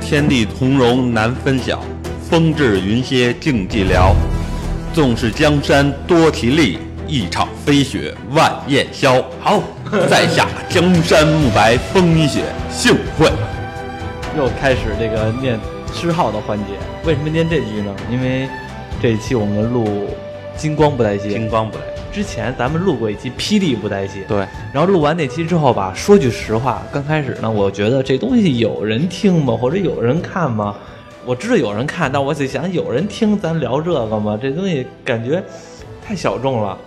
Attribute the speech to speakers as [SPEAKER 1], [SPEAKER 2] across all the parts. [SPEAKER 1] 天地同荣难分晓，风至云歇静寂寥。纵使江山多其力，一场飞雪万雁消。好，在下江山暮白风一雪，幸会。
[SPEAKER 2] 又开始这个念诗号的环节。为什么念这句呢？因为这一期我们录金光不带
[SPEAKER 1] 金
[SPEAKER 2] 歇，
[SPEAKER 1] 光不来。
[SPEAKER 2] 之前咱们录过一期霹雳不带歇，
[SPEAKER 1] 对，
[SPEAKER 2] 然后录完那期之后吧，说句实话，刚开始呢，我觉得这东西有人听吗？或者有人看吗？我知道有人看，但我得想有人听咱聊这个吗？这东西感觉太小众了。后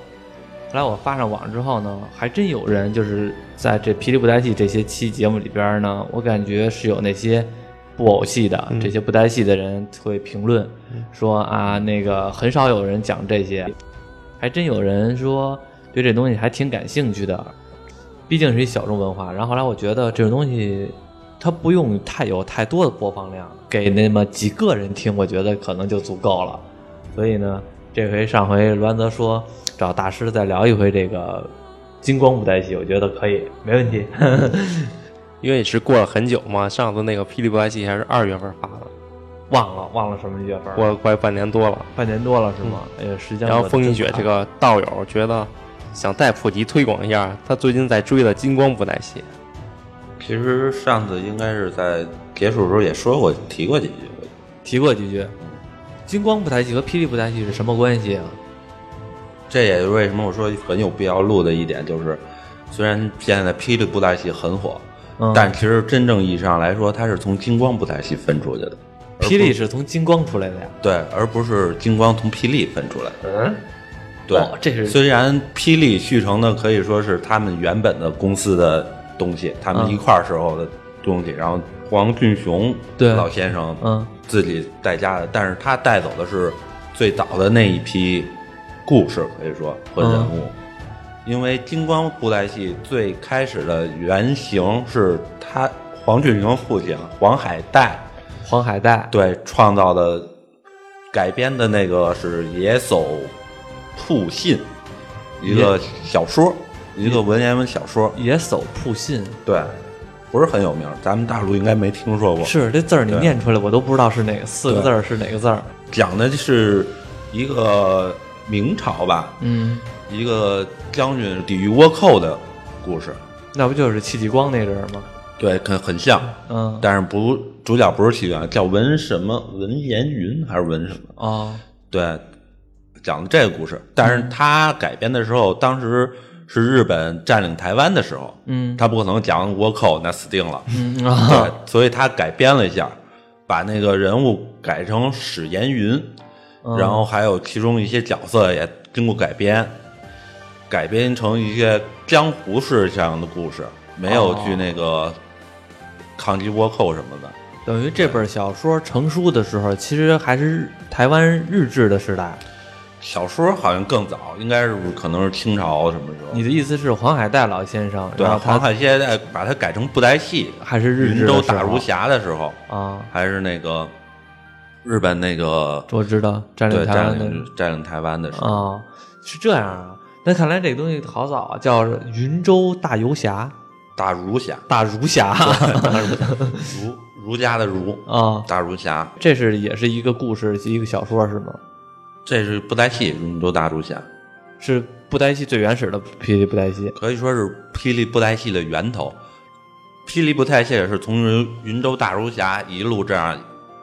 [SPEAKER 2] 来我发上网之后呢，还真有人就是在这《霹雳布袋戏》这些期节目里边呢，我感觉是有那些布偶戏的、这些布袋戏的人会评论说啊，那个很少有人讲这些，还真有人说对这东西还挺感兴趣的，毕竟是一小众文化。然后后来我觉得这种东西，它不用太有太多的播放量，给那么几个人听，我觉得可能就足够了。所以呢，这回上回栾泽说找大师再聊一回这个金光舞台戏，我觉得可以，没问题。
[SPEAKER 3] 因为也是过了很久嘛，上次那个《霹雳布袋戏》还是二月份发的，
[SPEAKER 2] 忘了忘了什么月份儿，
[SPEAKER 3] 过了快半年多了。
[SPEAKER 2] 半年多了是吗？哎呀，时间
[SPEAKER 3] 然
[SPEAKER 2] 过
[SPEAKER 3] 后
[SPEAKER 2] 得
[SPEAKER 3] 风一
[SPEAKER 2] 真
[SPEAKER 3] 雪
[SPEAKER 2] 快
[SPEAKER 3] 这个道友觉得想再普及推广一下，他最近在追的金光布袋戏，
[SPEAKER 1] 其实上次应该是在结束的时候也说过提过几句，
[SPEAKER 2] 提过几句，金光舞台戏和霹雳舞台戏是什么关系啊？
[SPEAKER 1] 这也是为什么我说很有必要录的一点，就是虽然现在霹雳布袋戏很火，
[SPEAKER 2] 嗯
[SPEAKER 1] 但其实真正意义上来说，它是从金光布袋戏分出去的，而
[SPEAKER 2] 霹雳
[SPEAKER 1] 不
[SPEAKER 2] 是从金光出来的呀。
[SPEAKER 1] 对，而不是金光从霹雳分出来的。
[SPEAKER 2] 嗯，
[SPEAKER 1] 对，
[SPEAKER 2] 哦这是
[SPEAKER 1] 虽然霹雳续成的可以说是他们原本的公司的东西，他们
[SPEAKER 2] 嗯
[SPEAKER 1] 一块儿时候的东西，然后黄俊雄
[SPEAKER 2] 对
[SPEAKER 1] 老先生
[SPEAKER 2] 嗯
[SPEAKER 1] 自己带家的，但是他带走的是最早的那一批故事，可以说和人物。
[SPEAKER 2] 嗯
[SPEAKER 1] 因为金光布袋戏最开始的原型是他黄俊雄父亲黄海岱
[SPEAKER 2] 黄海带，
[SPEAKER 1] 对创造的改编的那个是《野叟铺信》，一个小说，一个文言文小说。
[SPEAKER 2] 野叟铺信，
[SPEAKER 1] 对，不是很有名，咱们大陆应该没听说过。
[SPEAKER 2] 是这字儿你
[SPEAKER 1] 对
[SPEAKER 2] 念出来，我都不知道是哪个四个字儿是哪个字儿。
[SPEAKER 1] 讲的是一个明朝吧，
[SPEAKER 2] 嗯，
[SPEAKER 1] 一个将军抵御倭寇的故事。
[SPEAKER 2] 那不就是戚继光那阵儿吗？
[SPEAKER 1] 对，很很像，
[SPEAKER 2] 嗯，
[SPEAKER 1] 但是不主角不是戚继光，叫文什么文言云还是文什么？
[SPEAKER 2] 哦，
[SPEAKER 1] 对，讲的这个故事。但
[SPEAKER 2] 嗯
[SPEAKER 1] 是他改编的时候，当时是日本占领台湾的时候，
[SPEAKER 2] 嗯
[SPEAKER 1] 他不可能讲倭寇，那死定了。
[SPEAKER 2] 嗯啊，
[SPEAKER 1] 对，所以他改编了一下，把那个人物改成史延云，
[SPEAKER 2] 嗯
[SPEAKER 1] 然后还有其中一些角色也经过改编，改编成一些江湖式上的故事，没
[SPEAKER 2] 哦
[SPEAKER 1] 有去那个抗击倭寇什么的。
[SPEAKER 2] 等于这本小说成书的时候，其实还是日台湾日治的时代。
[SPEAKER 1] 小说好像更早，应该是可能是清朝什么时候？
[SPEAKER 2] 你的意思是黄海带老先生，
[SPEAKER 1] 对，
[SPEAKER 2] 然后
[SPEAKER 1] 黄
[SPEAKER 2] 他
[SPEAKER 1] 海现在把它改成布袋戏，
[SPEAKER 2] 还是日治
[SPEAKER 1] 云
[SPEAKER 2] 的
[SPEAKER 1] 州
[SPEAKER 2] 时候
[SPEAKER 1] 打如霞的时候，
[SPEAKER 2] 啊，
[SPEAKER 1] 还是那个日本那个
[SPEAKER 2] 我知道占领
[SPEAKER 1] 对
[SPEAKER 2] 台湾
[SPEAKER 1] 占
[SPEAKER 2] 的
[SPEAKER 1] 领占领台湾的时候，
[SPEAKER 2] 啊，是这样啊。那看来这个东西好早啊，叫云州大游侠、
[SPEAKER 1] 打如霞，
[SPEAKER 2] 大儒侠
[SPEAKER 1] 儒儒家的儒，
[SPEAKER 2] 啊，
[SPEAKER 1] 打如霞，
[SPEAKER 2] 这是也是一个故事，一个小说是吗？
[SPEAKER 1] 这是布袋戏，云州打如霞，
[SPEAKER 2] 是布袋戏最原始的霹雳布袋戏。
[SPEAKER 1] 可以说是霹雳布袋戏的源头。霹雳布袋戏也是从云云州大如霞一路这样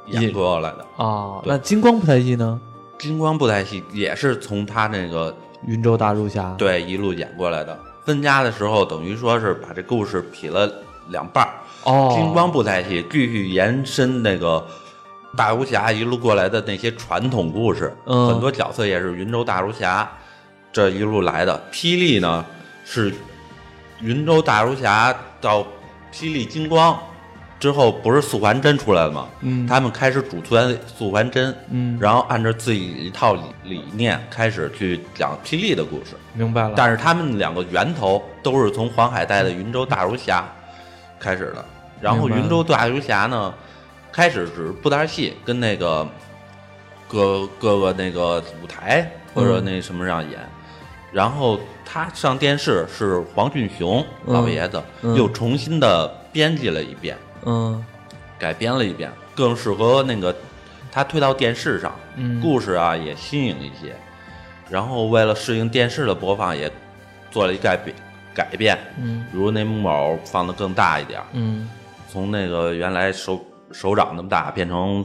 [SPEAKER 1] 演过来的。
[SPEAKER 2] 啊，
[SPEAKER 1] 对
[SPEAKER 2] 那金光布袋戏呢？
[SPEAKER 1] 金光布袋戏也是从他那个
[SPEAKER 2] 云州大儒侠，，
[SPEAKER 1] 对，一路演过来的。分家的时候，等于说是把这故事劈了两半儿。
[SPEAKER 2] 哦，
[SPEAKER 1] 金光布袋戏继续延伸那个大儒侠一路过来的那些传统故事，
[SPEAKER 2] 嗯
[SPEAKER 1] 很多角色也是云州大儒侠这一路来的。霹雳呢是云州大儒侠到霹雳金光之后，不是素还真出来了吗？
[SPEAKER 2] 嗯
[SPEAKER 1] 他们开始主推素还真，
[SPEAKER 2] 嗯
[SPEAKER 1] 然后按照自己一套理理念开始去讲霹雳的故事。
[SPEAKER 2] 明白了。
[SPEAKER 1] 但是他们两个源头都是从黄海带的云州大儒侠开始的。然后
[SPEAKER 2] 明白了
[SPEAKER 1] 云州大儒侠呢，开始只是布袋戏跟那个各各个那个舞台或者那什么上演，
[SPEAKER 2] 嗯
[SPEAKER 1] 然后他上电视是黄俊雄
[SPEAKER 2] 嗯
[SPEAKER 1] 老爷子、
[SPEAKER 2] 嗯
[SPEAKER 1] 又重新的编辑了一遍，
[SPEAKER 2] 嗯
[SPEAKER 1] 改编了一遍，
[SPEAKER 4] 更适合那个它推到电视上，
[SPEAKER 2] 嗯
[SPEAKER 4] 故事啊也新颖一些。然后为了适应电视的播放，也做了一改变改变，
[SPEAKER 2] 嗯
[SPEAKER 4] 比如那木偶放的更大一点儿，
[SPEAKER 2] 嗯
[SPEAKER 4] 从那个原来手手掌那么大变成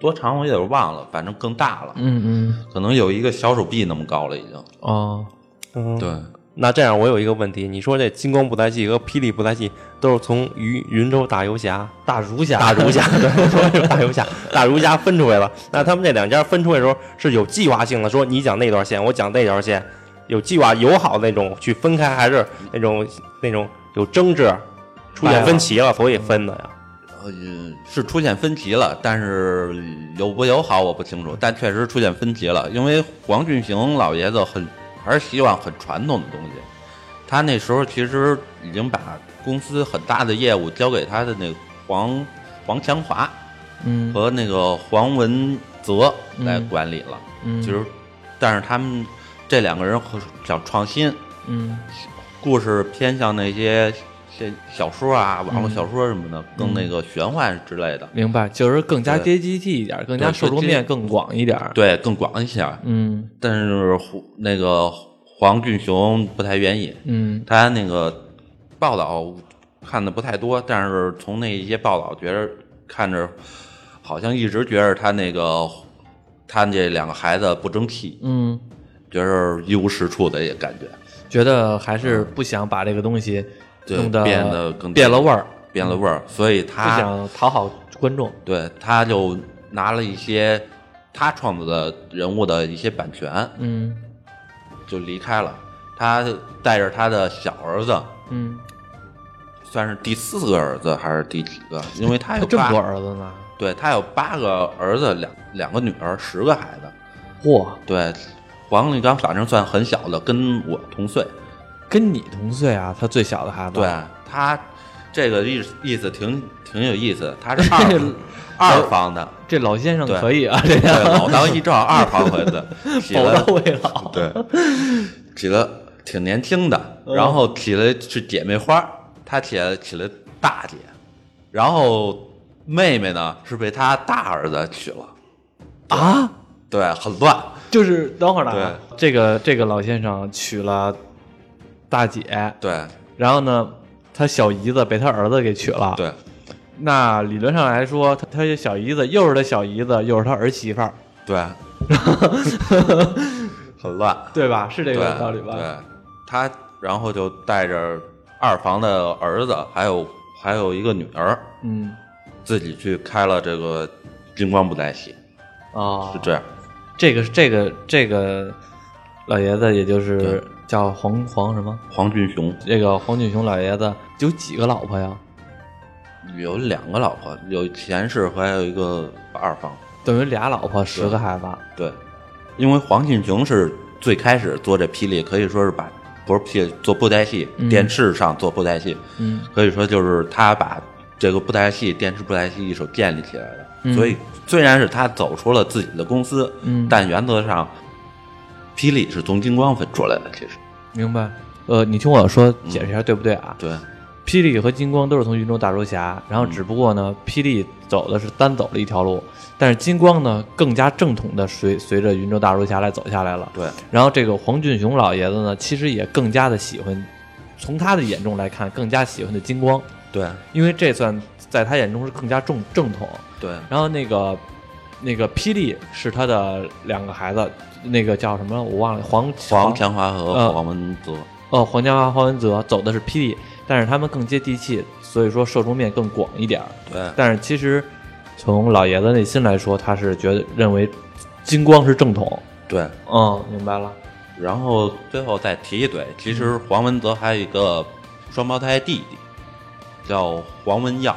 [SPEAKER 4] 多长我有点忘了，反正更大了，
[SPEAKER 2] 嗯嗯，
[SPEAKER 4] 可能有一个小手臂那么高了已经。
[SPEAKER 2] 哦，
[SPEAKER 5] 嗯，
[SPEAKER 4] 对，
[SPEAKER 5] 那这样我有一个问题，你说这金光布袋戏和霹雳布袋戏都是从云云州大游侠、
[SPEAKER 2] 大儒侠，
[SPEAKER 5] 大儒 侠，对，说是大游侠、大儒侠分出来了。那他们这两家分出来的时候是有计划性的，说你讲那段线，我讲那条线，有计划友好那种去分开，还是那种那种有争执、出现分歧了，所以分的呀？
[SPEAKER 4] 呃，是出现分歧了，但是友不友好我不清楚，但确实出现分歧了。因为黄俊行老爷子很还是希望很传统的东西，他那时候其实已经把公司很大的业务交给他的那个黄黄强华
[SPEAKER 2] 嗯
[SPEAKER 4] 和那个黄文泽来
[SPEAKER 2] 嗯
[SPEAKER 4] 管理了。
[SPEAKER 2] 嗯，
[SPEAKER 4] 其实，但是他们这两个人很想创新，
[SPEAKER 2] 嗯
[SPEAKER 4] 故事偏向那些小小说啊、网
[SPEAKER 2] 嗯
[SPEAKER 4] 络小说什么的，更那个玄幻之类的，
[SPEAKER 2] 明白，就是更加接
[SPEAKER 4] 对
[SPEAKER 2] 地气一点，更加
[SPEAKER 4] 对
[SPEAKER 2] 受众
[SPEAKER 4] 接
[SPEAKER 2] 面更广一点。，
[SPEAKER 4] 对，更广一些。啊
[SPEAKER 2] 嗯
[SPEAKER 4] 但是胡那个黄俊雄不太愿意，
[SPEAKER 2] 嗯
[SPEAKER 4] 他那个报道看的不太多，但是从那一些报道觉着看着，好像一直觉着他那个他这两个孩子不争气，
[SPEAKER 2] 嗯，
[SPEAKER 4] 觉着一无是处的也感觉。
[SPEAKER 2] 觉得还是不想把这个东西
[SPEAKER 4] 对
[SPEAKER 2] 弄得
[SPEAKER 4] 变得更
[SPEAKER 2] 变了味儿，
[SPEAKER 4] 变了味儿，所以
[SPEAKER 2] 不
[SPEAKER 4] 他
[SPEAKER 2] 想讨好观众。
[SPEAKER 4] 对，他就拿了一些他创作的人物的一些版权，
[SPEAKER 2] 嗯
[SPEAKER 4] 就离开了。他带着他的小儿子，
[SPEAKER 2] 嗯，
[SPEAKER 4] 算是第四个儿子还是第几个？因为他
[SPEAKER 2] 还
[SPEAKER 4] 有
[SPEAKER 2] 有这么
[SPEAKER 4] 八
[SPEAKER 2] 多，儿子呢？
[SPEAKER 4] 对他有八个儿子，两两个女儿，十个孩子。
[SPEAKER 2] 嚯，
[SPEAKER 4] 对，黄立刚反正算很小的，跟我同岁。
[SPEAKER 2] 跟你同岁啊，他最小的孩子。
[SPEAKER 4] 对他这个意意思挺挺有意思，他是二二房的，
[SPEAKER 2] 这老先生
[SPEAKER 4] 对
[SPEAKER 2] 可以啊，这
[SPEAKER 4] 对，
[SPEAKER 2] 样
[SPEAKER 4] 老当益壮，二房回子，起
[SPEAKER 2] 宝
[SPEAKER 4] 了
[SPEAKER 2] 刀未老。
[SPEAKER 4] 对，起了挺年轻的，然后起了是姐妹花，她起了起了大姐，然后妹妹呢是被她大儿子娶了，
[SPEAKER 2] 啊，
[SPEAKER 4] 对，很乱，
[SPEAKER 2] 就是等会儿呢，这个这个老先生娶了大姐，
[SPEAKER 4] 对
[SPEAKER 2] 然后呢，他小姨子被他儿子给娶了。，
[SPEAKER 4] 对
[SPEAKER 2] 那理论上来说，他他小姨子又是他小姨子，又是他儿媳妇儿，
[SPEAKER 4] 对，很乱，
[SPEAKER 2] 对吧？是这
[SPEAKER 4] 对
[SPEAKER 2] 个道理吧？
[SPEAKER 4] 对，她然后就带着二房的儿子，还有还有一个女儿，
[SPEAKER 2] 嗯
[SPEAKER 4] 自己去开了这个金光布袋戏，
[SPEAKER 2] 啊，
[SPEAKER 4] 是这样。
[SPEAKER 2] 这个这个这个老爷子，也就是
[SPEAKER 4] 对
[SPEAKER 2] 叫黄黄什么？
[SPEAKER 4] 黄俊雄
[SPEAKER 2] 这个黄俊雄老爷子有几个老婆呀？
[SPEAKER 4] 有两个老婆，有前世和还有一个二房。
[SPEAKER 2] 等于俩老婆，十个孩子。啊
[SPEAKER 4] 对，因为黄庆雄是最开始做这霹雳，可以说是把不是霹雳做布袋戏，
[SPEAKER 2] 嗯
[SPEAKER 4] 电视上做布袋戏，
[SPEAKER 2] 嗯
[SPEAKER 4] 可以说就是他把这个布袋戏、电视布袋戏一手建立起来的。
[SPEAKER 2] 嗯
[SPEAKER 4] 所以虽然是他走出了自己的公司，
[SPEAKER 2] 嗯
[SPEAKER 4] 但原则上，霹雳是从金光分出来的。其实，
[SPEAKER 2] 明白。呃，你听我说解释一下，对不对啊？
[SPEAKER 4] 对
[SPEAKER 2] 霹雳和金光都是从云州大儒侠，然后只不过呢，霹雳走的是单走了一条路，但是金光呢更加正统的随随着云州大儒侠来走下来了。
[SPEAKER 4] 对，
[SPEAKER 2] 然后这个黄俊雄老爷子呢，其实也更加的喜欢，从他的眼中来看，更加喜欢的金光，
[SPEAKER 4] 对
[SPEAKER 2] 因为这算在他眼中是更加正正统。
[SPEAKER 4] 对
[SPEAKER 2] 然后那个那个霹雳是他的两个孩子，那个叫什么我忘了，黄
[SPEAKER 4] 黄强华和
[SPEAKER 2] 呃
[SPEAKER 4] 黄文泽，
[SPEAKER 2] 呃，皇家花文泽走的是霹雳，但是他们更接地气，所以说受众面更广一点儿。
[SPEAKER 4] 对
[SPEAKER 2] 但是其实从老爷子内心来说，他是觉得认为金光是正统。
[SPEAKER 4] 对。
[SPEAKER 2] 嗯，明白了。
[SPEAKER 4] 然后最后再提一嘴，其实黄文泽还有一个双胞胎弟弟，叫黄文耀，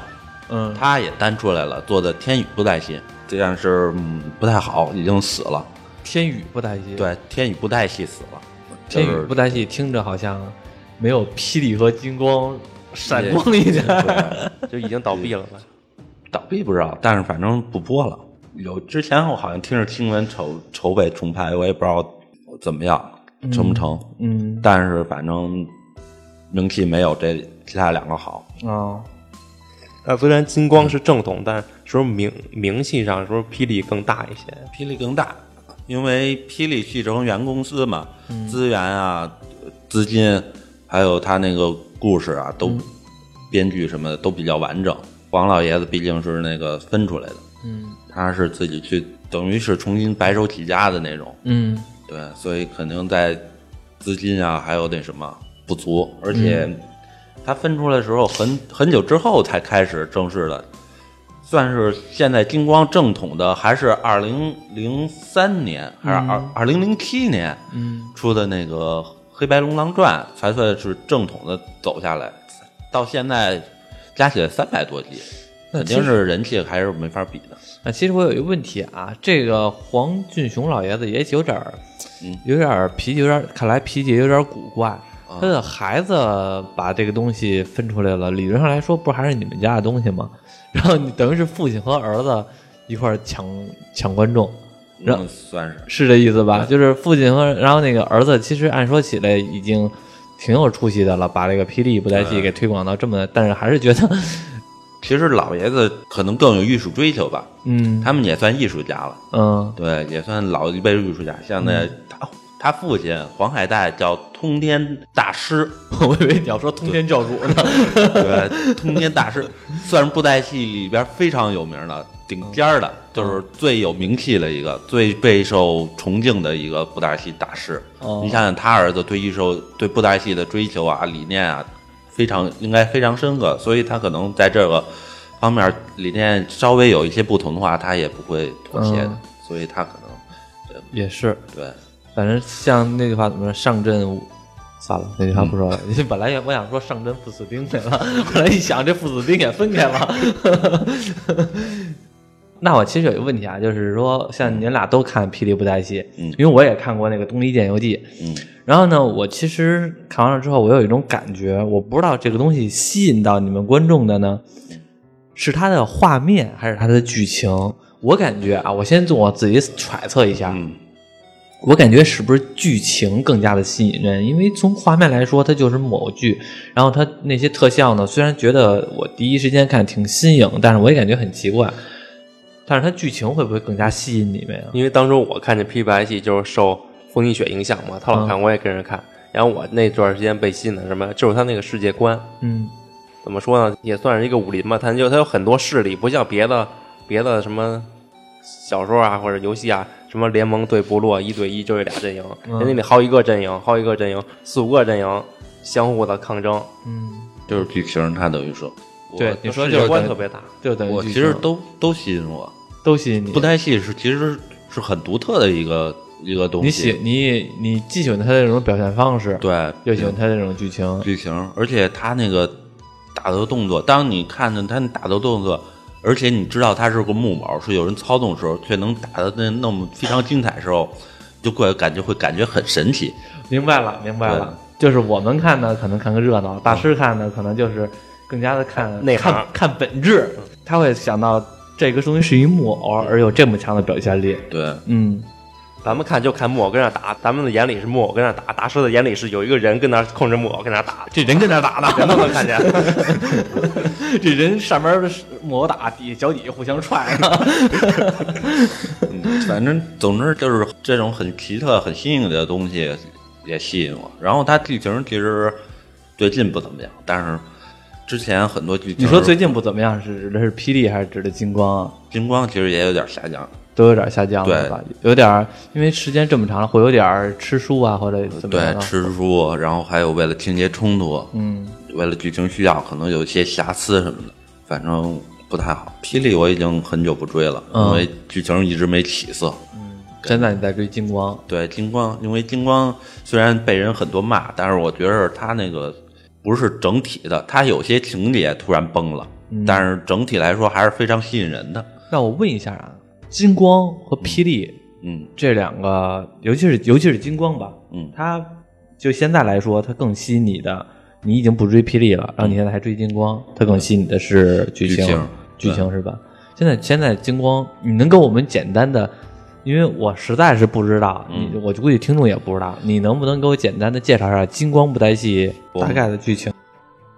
[SPEAKER 2] 嗯，
[SPEAKER 4] 他也单出来了，做的天宇布袋戏，这样是嗯不太好，已经死了。
[SPEAKER 2] 天宇不担心，，
[SPEAKER 4] 对，天宇布袋戏死了，
[SPEAKER 2] 天
[SPEAKER 4] 就
[SPEAKER 2] 宇
[SPEAKER 4] 是
[SPEAKER 2] 不担心，听着好像没有霹雳和金光闪光一点儿。
[SPEAKER 5] 就已经倒闭了吧？
[SPEAKER 4] 倒闭不知道，但是反正不播了。有之前我好像听着新闻筹筹备重拍，我也不知道怎么样成不成，
[SPEAKER 2] 嗯
[SPEAKER 4] 但
[SPEAKER 2] 哦
[SPEAKER 4] 是反正名气没有这其他两个好。
[SPEAKER 2] 啊、
[SPEAKER 5] 那虽然金光是正统，但说名名气上说霹雳更大一些。
[SPEAKER 4] 霹雳更大，因为霹雳系成原公司嘛，资源啊、资金，还有他那个故事啊，都、编剧什么的都比较完整。王老爷子毕竟是那个分出来的，
[SPEAKER 2] 嗯
[SPEAKER 4] 他是自己去，等于是重新白手起家的那种，
[SPEAKER 2] 嗯
[SPEAKER 4] 对，所以肯定在资金啊，还有那什么不足，而且
[SPEAKER 2] 嗯
[SPEAKER 4] 他分出来的时候很很久之后才开始正式的，算是现在金光正统的，还是二零零三年还是二二零零七年
[SPEAKER 2] 嗯
[SPEAKER 4] 出的那个《黑白龙狼传》，才算是正统的走下来，到现在加起来三百多集，
[SPEAKER 2] 那
[SPEAKER 4] 肯
[SPEAKER 2] 其
[SPEAKER 4] 定是人气还是没法比的。
[SPEAKER 2] 那其实我有一个问题啊，这个黄俊雄老爷子也有点儿
[SPEAKER 4] 嗯，
[SPEAKER 2] 有点儿脾气，有点儿看来脾气有点儿古怪。他的孩子把这个东西分出来了，理论上来说不还是你们家的东西吗？ 然后你等于是父亲和儿子一块儿抢抢观众，然后
[SPEAKER 4] 嗯，算是
[SPEAKER 2] 是这意思吧？就是父亲和然后那个儿子，其实按说起来已经挺有出息的了，把这个《霹雳布袋戏》给推广到这么，但是还是觉得，
[SPEAKER 4] 其实老爷子可能更有艺术追求吧，
[SPEAKER 2] 嗯
[SPEAKER 4] 他们也算艺术家了，
[SPEAKER 2] 嗯
[SPEAKER 4] 对，也算老一辈艺术家。像那、他他父亲黄海岱叫通天大师，
[SPEAKER 2] 我以为你要说通天教主呢。
[SPEAKER 4] 对，通天大师算是布袋戏里边非常有名的顶尖儿的，就是最有名气的一个，最备受崇敬的一个布袋戏大师。
[SPEAKER 2] 哦
[SPEAKER 4] 你想想他儿子对艺术、对布袋戏的追求啊、理念啊，非常应该非常深刻，所以他可能在这个方面理念稍微有一些不同的话，他也不会妥协的，
[SPEAKER 2] 嗯
[SPEAKER 4] 所以他可能
[SPEAKER 2] 也是，
[SPEAKER 4] 对。
[SPEAKER 2] 反正像那句话怎么说，上阵无。算了，那句话不说了。因为
[SPEAKER 4] 嗯
[SPEAKER 2] 本来也我想说上阵父子兵来了， 后来一想这父子兵也分开了。 那我其实有一个问题啊，就是说像您俩都看《霹雳布袋戏》，
[SPEAKER 4] 嗯
[SPEAKER 2] 因为我也看过那个《东篱剑游记》，
[SPEAKER 4] 嗯，
[SPEAKER 2] 然后呢，我其实看完了之后，我有一种感觉，我不知道这个东西吸引到你们观众的呢，是它的画面还是它的剧情？我感觉啊，我先做我自己揣测一下，
[SPEAKER 4] 嗯
[SPEAKER 2] 我感觉是不是剧情更加的吸引人？因为从画面来说，它就是某剧，然后它那些特效呢，虽然觉得我第一时间看挺新颖，但是我也感觉很奇怪。但是它剧情会不会更加吸引你们呀？
[SPEAKER 5] 因为当初我看这 P 白戏就是受风一雪影响嘛，他
[SPEAKER 2] 嗯
[SPEAKER 5] 老看我也跟着看，然后我那段时间被吸引的是什么，就是他那个世界观，
[SPEAKER 2] 嗯
[SPEAKER 5] 怎么说呢，也算是一个武林吧，它就它有很多势力，不像别的别的什么小说啊或者游戏啊，什么联盟对部落一对一就是俩阵营，
[SPEAKER 2] 嗯
[SPEAKER 5] 人家里好几个阵营，好几个阵营，四五个阵营相互的抗争，
[SPEAKER 2] 嗯，
[SPEAKER 4] 就是剧情，他等于说，我
[SPEAKER 2] 对你说
[SPEAKER 5] 世
[SPEAKER 2] 就
[SPEAKER 5] 界
[SPEAKER 2] 是
[SPEAKER 5] 观
[SPEAKER 2] 等于
[SPEAKER 5] 特别大。
[SPEAKER 2] 就等于
[SPEAKER 4] 我
[SPEAKER 2] 剧
[SPEAKER 4] 其实
[SPEAKER 2] 情
[SPEAKER 4] 都都吸引我。
[SPEAKER 2] 都吸引你
[SPEAKER 4] 布。袋戏是其实是很独特的一个一个东
[SPEAKER 2] 你喜
[SPEAKER 4] 西，
[SPEAKER 2] 你你既喜欢他的这种表现方式，
[SPEAKER 4] 对，
[SPEAKER 2] 又喜欢他这种剧情，
[SPEAKER 4] 剧情，而且他那个打斗动作，当你看着他那打斗动作，而且你知道他是个木偶，是有人操纵的时候，却能打的那那么非常精彩的时候，就会感觉会感觉很神奇。
[SPEAKER 2] 明白了，明白了。就是我们看呢，可能看个热闹；大师看呢，可能就是更加的看
[SPEAKER 5] 内行
[SPEAKER 2] 看看本质。他会想到这个东西是一木偶，而有这么强的表现力。
[SPEAKER 4] 对，
[SPEAKER 2] 嗯，
[SPEAKER 5] 咱们看就看木偶跟那打，咱们的眼里是木偶跟那打，大师的眼里是有一个人跟那控制木偶跟那打，这人跟那打呢，人都能看见。
[SPEAKER 2] 这人上面是木偶打，底下脚底下互相踹呢。
[SPEAKER 4] 嗯反正总之就是这种很奇特、很新颖的东西也吸引我。然后它剧情其实最近不怎么样，但是之前很多剧 情，
[SPEAKER 2] 你说最近不怎么样，是指的是霹雳还是指的金光啊？
[SPEAKER 4] 金光其实也有点下降，
[SPEAKER 2] 都有点下降了吧？有点儿，因为时间这么长了，会有点儿吃书啊，或者怎么样啊？
[SPEAKER 4] 对吃书，然后还有为了情节冲突，
[SPEAKER 2] 嗯，
[SPEAKER 4] 为了剧情需要，可能有一些瑕疵什么的，反正不太好。霹雳我已经很久不追了，
[SPEAKER 2] 嗯
[SPEAKER 4] 因为剧情一直没起色。
[SPEAKER 2] 现在你在追金光，
[SPEAKER 4] 对金光，因为金光虽然被人很多骂，但是我觉得他那个不是整体的，他有些情节突然崩了，但是整体来说还是非常吸引人的。
[SPEAKER 2] 那我问一下啊，金光和霹雳
[SPEAKER 4] 嗯
[SPEAKER 2] 这两个，尤其是尤其是金光吧，
[SPEAKER 4] 嗯，
[SPEAKER 2] 它就现在来说，它更吸引你的，你已经不追霹雳了，然后你现在还追金光，它更吸引你的是剧情，
[SPEAKER 4] 嗯剧情
[SPEAKER 2] 剧情是吧？现在现在金光，你能给我们简单的，因为我实在是不知道，
[SPEAKER 4] 嗯
[SPEAKER 2] 你我估计听众也不知道，你能不能给我简单的介绍一下金光布袋戏
[SPEAKER 4] 我
[SPEAKER 2] 大概的剧情？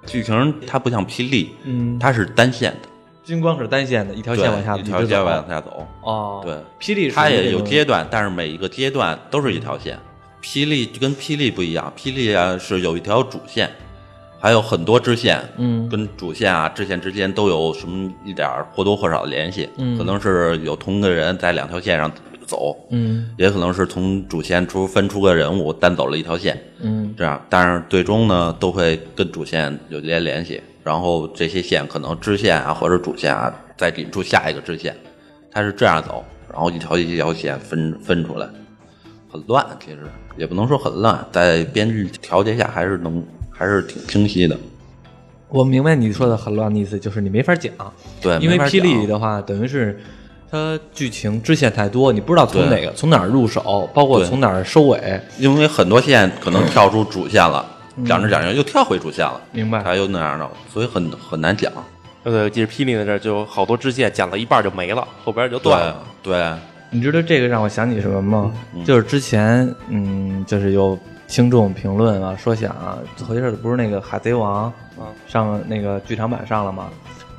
[SPEAKER 4] 剧情它不像霹雳，
[SPEAKER 2] 嗯，
[SPEAKER 4] 它是单线的，
[SPEAKER 2] 金光是单线的，一条
[SPEAKER 4] 对
[SPEAKER 2] 线往下
[SPEAKER 4] 一
[SPEAKER 2] 一
[SPEAKER 4] 条线往下走。
[SPEAKER 2] 哦，
[SPEAKER 4] 对，
[SPEAKER 2] 霹雳
[SPEAKER 4] 它也有
[SPEAKER 2] 接
[SPEAKER 4] 阶段，但是每一个阶段都是一条线。霹雳就跟霹雳不一样，霹雳啊是有一条主线，还有很多支线，
[SPEAKER 2] 嗯
[SPEAKER 4] 跟主线啊支线之间都有什么一点儿或多或少的联系，
[SPEAKER 2] 嗯
[SPEAKER 4] 可能是有同个人在两条线上走，
[SPEAKER 2] 嗯
[SPEAKER 4] 也可能是从主线出分出个人物单走了一条线，
[SPEAKER 2] 嗯
[SPEAKER 4] 这样，但是最终呢都会跟主线有些联系，然后这些线可能支线啊或者主线啊再引出下一个支线，它是这样走，然后一条一条线分分出来，很乱，其实也不能说很乱，在编剧调节下还是能还是挺清晰的，
[SPEAKER 2] 我明白你说的很乱的意思，就是你没法讲，
[SPEAKER 4] 对，
[SPEAKER 2] 因为
[SPEAKER 4] 没法
[SPEAKER 2] 霹
[SPEAKER 4] 讲
[SPEAKER 2] 雳的话，等于是它剧情支线太多，你不知道从哪
[SPEAKER 4] 对
[SPEAKER 2] 个从哪儿入手，包括
[SPEAKER 4] 对
[SPEAKER 2] 从哪儿收尾，
[SPEAKER 4] 因为很多线可能跳出主线了，讲着讲着又跳回主线了，
[SPEAKER 2] 明白
[SPEAKER 4] 它又那样的，所以很很难讲。
[SPEAKER 5] 对对，我呃记得霹雳那阵儿就好多支线讲到一半儿就没了，后边儿就断了。
[SPEAKER 4] 对，
[SPEAKER 2] 你知道这个让我想起什么吗？就是之前，嗯，就是有听众评论啊，说想啊头一阵儿不是那个《海贼王》上那个剧场版上了吗？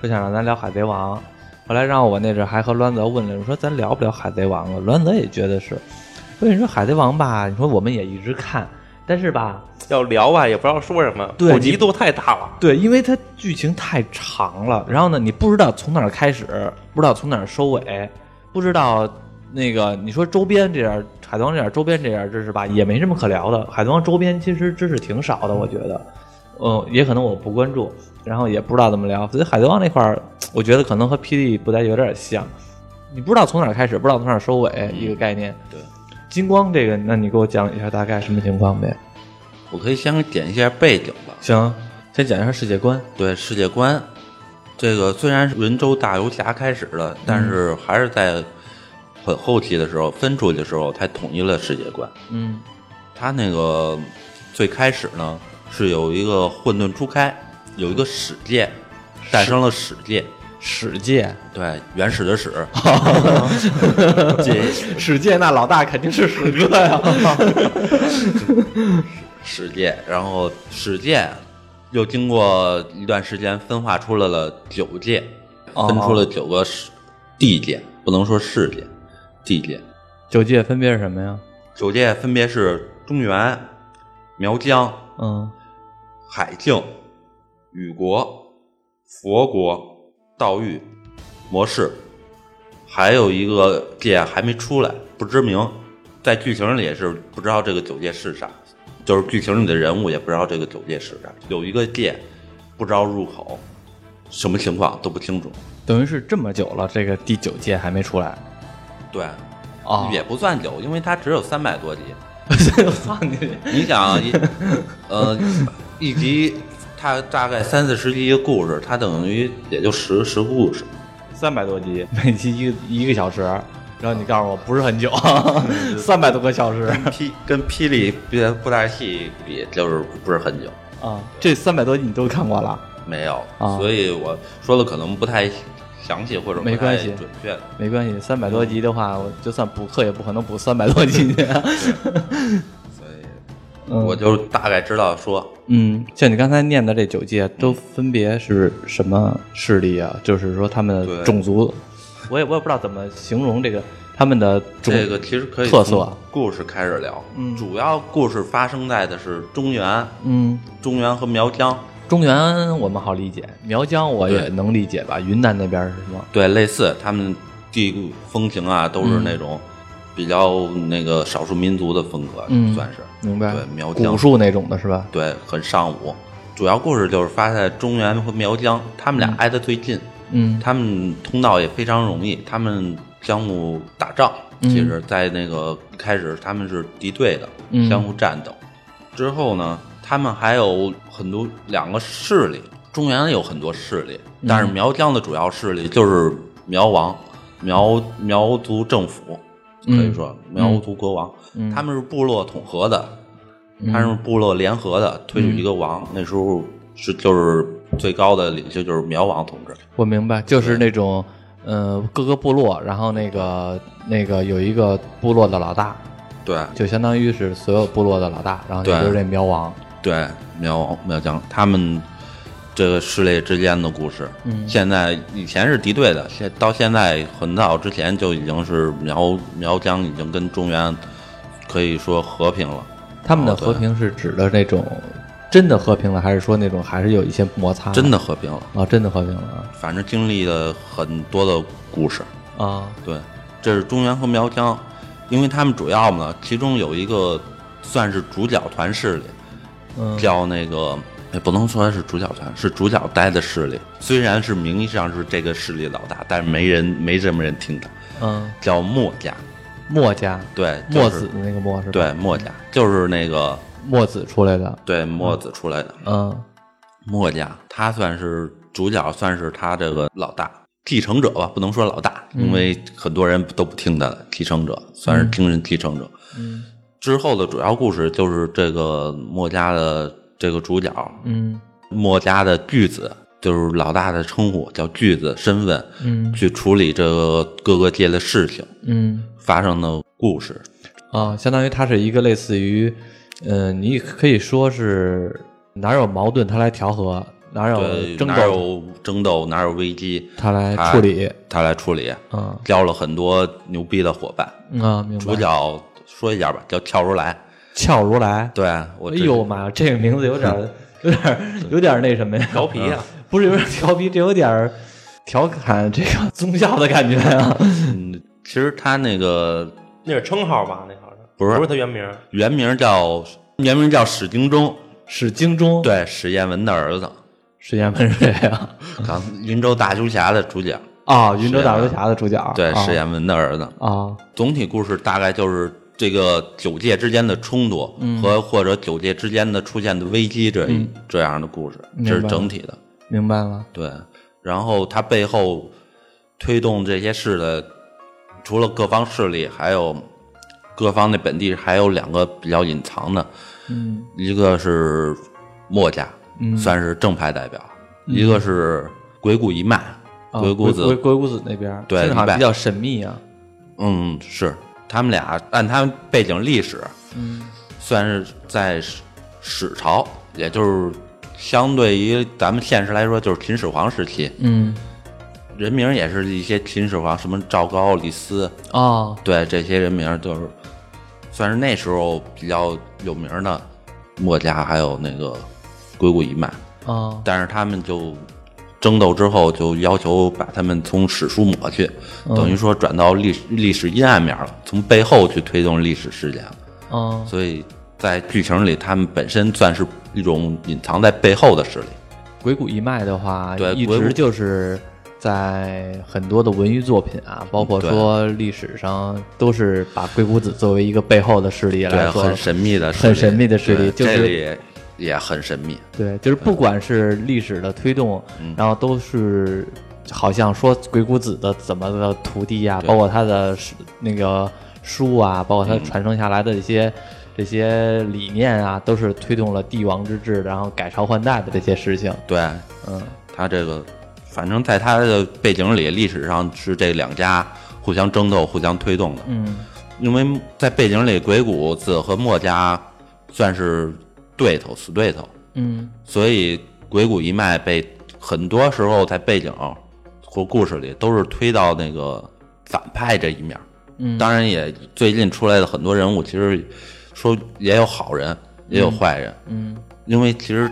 [SPEAKER 2] 说想让咱聊《海贼王》，后来让我那阵儿还和栾泽问了，我说咱聊不聊《海贼王》了？栾泽也觉得是，所以你说《海贼王》吧，你说我们也一直看，但是吧，
[SPEAKER 5] 要聊吧，也不知道说什么，
[SPEAKER 2] 对
[SPEAKER 5] 普
[SPEAKER 2] 你
[SPEAKER 5] 及度太大了。
[SPEAKER 2] 对，因为它剧情太长了，然后呢，你不知道从哪儿开始，不知道从哪儿收尾，不知道那个你说周边这点儿，海贼王这点儿周边这点儿知识吧，也没什么可聊的。海贼王周边其实知识挺少的，我觉得，嗯，也可能我不关注，然后也不知道怎么聊。所以海贼王那块儿，我觉得可能和霹雳布袋有点像，你不知道从哪儿开始，不知道从哪儿收尾，一个概念。
[SPEAKER 4] 对，
[SPEAKER 2] 金光这个，那你给我讲一下大概什么情况呗？
[SPEAKER 4] 我可以先讲一下背景吧。
[SPEAKER 2] 行，先讲一下世界观。
[SPEAKER 4] 对世界观，这个虽然是文州大游侠开始的，但是还是在很后期的时候分出去的时候才统一了世界观。
[SPEAKER 2] 嗯
[SPEAKER 4] 它那个最开始呢是有一个混沌初开，有一个始界，诞生了始界。
[SPEAKER 2] 史界，
[SPEAKER 4] 对，原始的始，
[SPEAKER 2] 史界那老大肯定是史哥呀。
[SPEAKER 4] 史界，然后史界又经过一段时间分化出来了九界，
[SPEAKER 2] 哦
[SPEAKER 4] 分出了九个世地界，不能说世界，地界。
[SPEAKER 2] 九界分别是什么呀？
[SPEAKER 4] 九界分别是中原、苗疆、
[SPEAKER 2] 嗯，
[SPEAKER 4] 海境、禹国、佛国、道域、模式，还有一个界还没出来，不知名，在剧情里也是不知道这个九界是啥，就是剧情里的人物也不知道这个九界是啥，有一个界不知道入口，什么情况都不清楚。
[SPEAKER 2] 等于是这么久了，这个第九界还没出来
[SPEAKER 4] 对，
[SPEAKER 2] 哦
[SPEAKER 4] 也不算久，因为它只有三百 多集。
[SPEAKER 2] 我操你！
[SPEAKER 4] 你想一呃一集，它大概三四十集一个故事，它等于也就十十个故事。
[SPEAKER 2] 三百多集，每集一个一个小时，然后你告诉我不是很久， 三百多个小时
[SPEAKER 4] 霹跟霹雳别布袋戏比，就是不是很久
[SPEAKER 2] 啊！这三百多集你都看过了？
[SPEAKER 4] 没有，
[SPEAKER 2] 啊
[SPEAKER 4] 所以我说的可能不太详细或者不
[SPEAKER 2] 没
[SPEAKER 4] 太
[SPEAKER 2] 关系
[SPEAKER 4] 准确。
[SPEAKER 2] 没关系，三百多集的话，我就算补课也不可能补三百多集去。
[SPEAKER 4] 所以
[SPEAKER 2] 嗯
[SPEAKER 4] 我就大概知道说，
[SPEAKER 2] 嗯，像你刚才念的这九界都分别是什么势力啊？就是说他们的
[SPEAKER 4] 对
[SPEAKER 2] 种族，我也我也不知道怎么形容这个他们的种
[SPEAKER 4] 这个其实可以
[SPEAKER 2] 特色
[SPEAKER 4] 从故事开始聊。
[SPEAKER 2] 嗯
[SPEAKER 4] 主要故事发生在的是中原、
[SPEAKER 2] 嗯，
[SPEAKER 4] 中原和苗疆，
[SPEAKER 2] 中原我们好理解，苗疆我也
[SPEAKER 4] 对
[SPEAKER 2] 能理解吧？云南那边是什么？
[SPEAKER 4] 对，类似他们地域风情啊，都
[SPEAKER 2] 嗯
[SPEAKER 4] 是那种比较那个少数民族的风格，
[SPEAKER 2] 嗯
[SPEAKER 4] 算是
[SPEAKER 2] 明白？
[SPEAKER 4] 对，苗疆
[SPEAKER 2] 古树那种的是吧？
[SPEAKER 4] 对，很尚武。主要故事就是发在中原和苗疆，他们俩挨得最近，
[SPEAKER 2] 嗯
[SPEAKER 4] 他们通道也非常容易，他们相互打仗。
[SPEAKER 2] 嗯
[SPEAKER 4] 其实，在那个一开始他们是敌对的，
[SPEAKER 2] 嗯
[SPEAKER 4] 相互战斗。之后呢，他们还有很多两个势力，中原有很多势力，
[SPEAKER 2] 嗯
[SPEAKER 4] 但是苗疆的主要势力就是苗王、苗苗族政府，可以说苗族国王，
[SPEAKER 2] 嗯
[SPEAKER 4] 他们是部落统合的，他是部落联合的，推
[SPEAKER 2] 嗯
[SPEAKER 4] 举一个王。那时候是就是最高的领袖就是苗王同志，
[SPEAKER 2] 我明白，就是那种呃各个部落，然后那个那个有一个部落的老大，
[SPEAKER 4] 对
[SPEAKER 2] 就相当于是所有部落的老大，然后也
[SPEAKER 4] 对
[SPEAKER 2] 就是这苗王。
[SPEAKER 4] 对，苗苗疆他们这个势力之间的故事。
[SPEAKER 2] 嗯
[SPEAKER 4] 现在以前是敌对的，现到现在很早之前就已经是苗苗疆已经跟中原可以说和平了。
[SPEAKER 2] 他们的
[SPEAKER 4] 哦对
[SPEAKER 2] 和平是指的那种真的和平了，还是说那种还是有一些摩擦？
[SPEAKER 4] 真的和平了，
[SPEAKER 2] 啊，真的和平了
[SPEAKER 4] 反正经历了很多的故事。
[SPEAKER 2] 啊啊！
[SPEAKER 4] 对，这是中原和苗疆，因为他们主要嘛，其中有一个算是主角团势力，
[SPEAKER 2] 嗯
[SPEAKER 4] 叫那个也不能说是主角团，是主角带的势力。虽然是名义上是这个势力老大，但是没人没什么人听他，
[SPEAKER 2] 嗯，
[SPEAKER 4] 叫墨家。
[SPEAKER 2] 墨家
[SPEAKER 4] 对，就
[SPEAKER 2] 墨
[SPEAKER 4] 是
[SPEAKER 2] 子的那个墨是吧？，
[SPEAKER 4] 对墨家就是那个
[SPEAKER 2] 墨子出来的。
[SPEAKER 4] 对墨子出来的
[SPEAKER 2] 嗯
[SPEAKER 4] 墨家，他算是主角，算是他这个老大。继承者吧，不能说老大，
[SPEAKER 2] 嗯
[SPEAKER 4] 因为很多人都不听他的。继承者算是听人继承者，
[SPEAKER 2] 嗯
[SPEAKER 4] 之后的主要故事就是这个墨家的这个主角，
[SPEAKER 2] 嗯
[SPEAKER 4] 墨家的巨子，就是老大的称呼叫巨子身份，
[SPEAKER 2] 嗯
[SPEAKER 4] 去处理这个各个界的事情
[SPEAKER 2] 嗯
[SPEAKER 4] 发生的故事。
[SPEAKER 2] 啊，相当于它是一个类似于，呃，你可以说是哪有矛盾他来调和，哪有
[SPEAKER 4] 对，
[SPEAKER 2] 呃争
[SPEAKER 4] 呃哪
[SPEAKER 2] 斗
[SPEAKER 4] 有争斗，哪有危机，
[SPEAKER 2] 他来处理。
[SPEAKER 4] 他来处理，
[SPEAKER 2] 嗯
[SPEAKER 4] 交了很多牛逼的伙伴。
[SPEAKER 2] 嗯啊，明白。
[SPEAKER 4] 主角说一下吧，叫俏如来。
[SPEAKER 2] 俏如来。
[SPEAKER 4] 对啊我
[SPEAKER 2] 哎
[SPEAKER 4] 这
[SPEAKER 2] 呦妈呀，这个名字有点儿 有点儿有点儿那什么呀？
[SPEAKER 5] 调皮啊，
[SPEAKER 2] 不是有点调皮，这有点儿调侃这个 宗教的感觉啊。
[SPEAKER 4] 嗯，其实他那个
[SPEAKER 5] 那是称号吧？那好像
[SPEAKER 4] 不是
[SPEAKER 5] 不是他原名。
[SPEAKER 4] 原名叫原名叫史精忠，
[SPEAKER 2] 史经中
[SPEAKER 4] 对史艳文的儿子。
[SPEAKER 2] 是言文水啊，
[SPEAKER 4] 刚云州大游侠的主角，
[SPEAKER 2] 啊，云州大游侠的主角，
[SPEAKER 4] 对，
[SPEAKER 2] 啊
[SPEAKER 4] 史艳文的儿子。
[SPEAKER 2] 啊，
[SPEAKER 4] 总体故事大概就是这个九界之间的冲突
[SPEAKER 2] 嗯
[SPEAKER 4] 和、或者九界之间的出现的危机这一、这样的故事，
[SPEAKER 2] 明白
[SPEAKER 4] 这
[SPEAKER 2] 了
[SPEAKER 4] 是整体的。
[SPEAKER 2] 明白了，
[SPEAKER 4] 对，然后它背后推动这些事的，除了各方势力，还有各方的本地，还有两个比较隐藏的，
[SPEAKER 2] 嗯
[SPEAKER 4] 一个是墨家，
[SPEAKER 2] 嗯
[SPEAKER 4] 算是正派代表，一个是鬼谷一脉，
[SPEAKER 2] 啊
[SPEAKER 4] 鬼谷子
[SPEAKER 2] 鬼鬼谷子那边，
[SPEAKER 4] 对
[SPEAKER 2] 听着好
[SPEAKER 4] 一拜
[SPEAKER 2] 像比较神秘啊，
[SPEAKER 4] 嗯，是他们俩按他们背景历史，
[SPEAKER 2] 嗯
[SPEAKER 4] 算是在史史朝，也就是相对于咱们现实来说，就是秦始皇时期，
[SPEAKER 2] 嗯
[SPEAKER 4] 人名也是一些秦始皇，什么赵高、李斯，
[SPEAKER 2] 哦，
[SPEAKER 4] 对这些人名就是算是那时候比较有名的墨家，还有那个鬼谷一脉，
[SPEAKER 2] 啊
[SPEAKER 4] 但是他们就。争斗之后，就要求把他们从史书抹去，
[SPEAKER 2] 嗯
[SPEAKER 4] 等于说转到历史历史阴暗面了，从背后去推动历史事件了。
[SPEAKER 2] 啊
[SPEAKER 4] 所以在剧情里，他们本身算是一种隐藏在背后的势力。
[SPEAKER 2] 鬼谷一脉的话，
[SPEAKER 4] 对
[SPEAKER 2] 一
[SPEAKER 4] 鬼谷
[SPEAKER 2] 直就是在很多的文娱作品啊，包括
[SPEAKER 4] 对
[SPEAKER 2] 说历史上都是把鬼谷子作为一个背后的势力来
[SPEAKER 4] 对，
[SPEAKER 2] 说，
[SPEAKER 4] 很神秘的势力，
[SPEAKER 2] 很神秘的势力
[SPEAKER 4] 对
[SPEAKER 2] 就是
[SPEAKER 4] 这里也也很神秘。
[SPEAKER 2] 对，就是不管是历史的推动，
[SPEAKER 4] 嗯
[SPEAKER 2] 然后都是好像说鬼谷子的怎么的徒弟呀、
[SPEAKER 4] 对
[SPEAKER 2] 包括他的是那个书啊，包括他传承下来的一些、
[SPEAKER 4] 嗯
[SPEAKER 2] 这些理念啊，都是推动了帝王之治，然后改朝换代的这些事情。
[SPEAKER 4] 对
[SPEAKER 2] 嗯
[SPEAKER 4] 他这个，反正在他的背景里，历史上是这两家互相争斗、互相推动的。
[SPEAKER 2] 嗯
[SPEAKER 4] 因为在背景里，鬼谷子和墨家算是对头、死对头，
[SPEAKER 2] 嗯
[SPEAKER 4] 所以鬼谷一脉被很多时候在背景或故事里都是推到那个反派这一面儿。
[SPEAKER 2] 嗯
[SPEAKER 4] 当然也最近出来的很多人物，其实说也有好人，也有坏人，
[SPEAKER 2] 嗯
[SPEAKER 4] 因为其实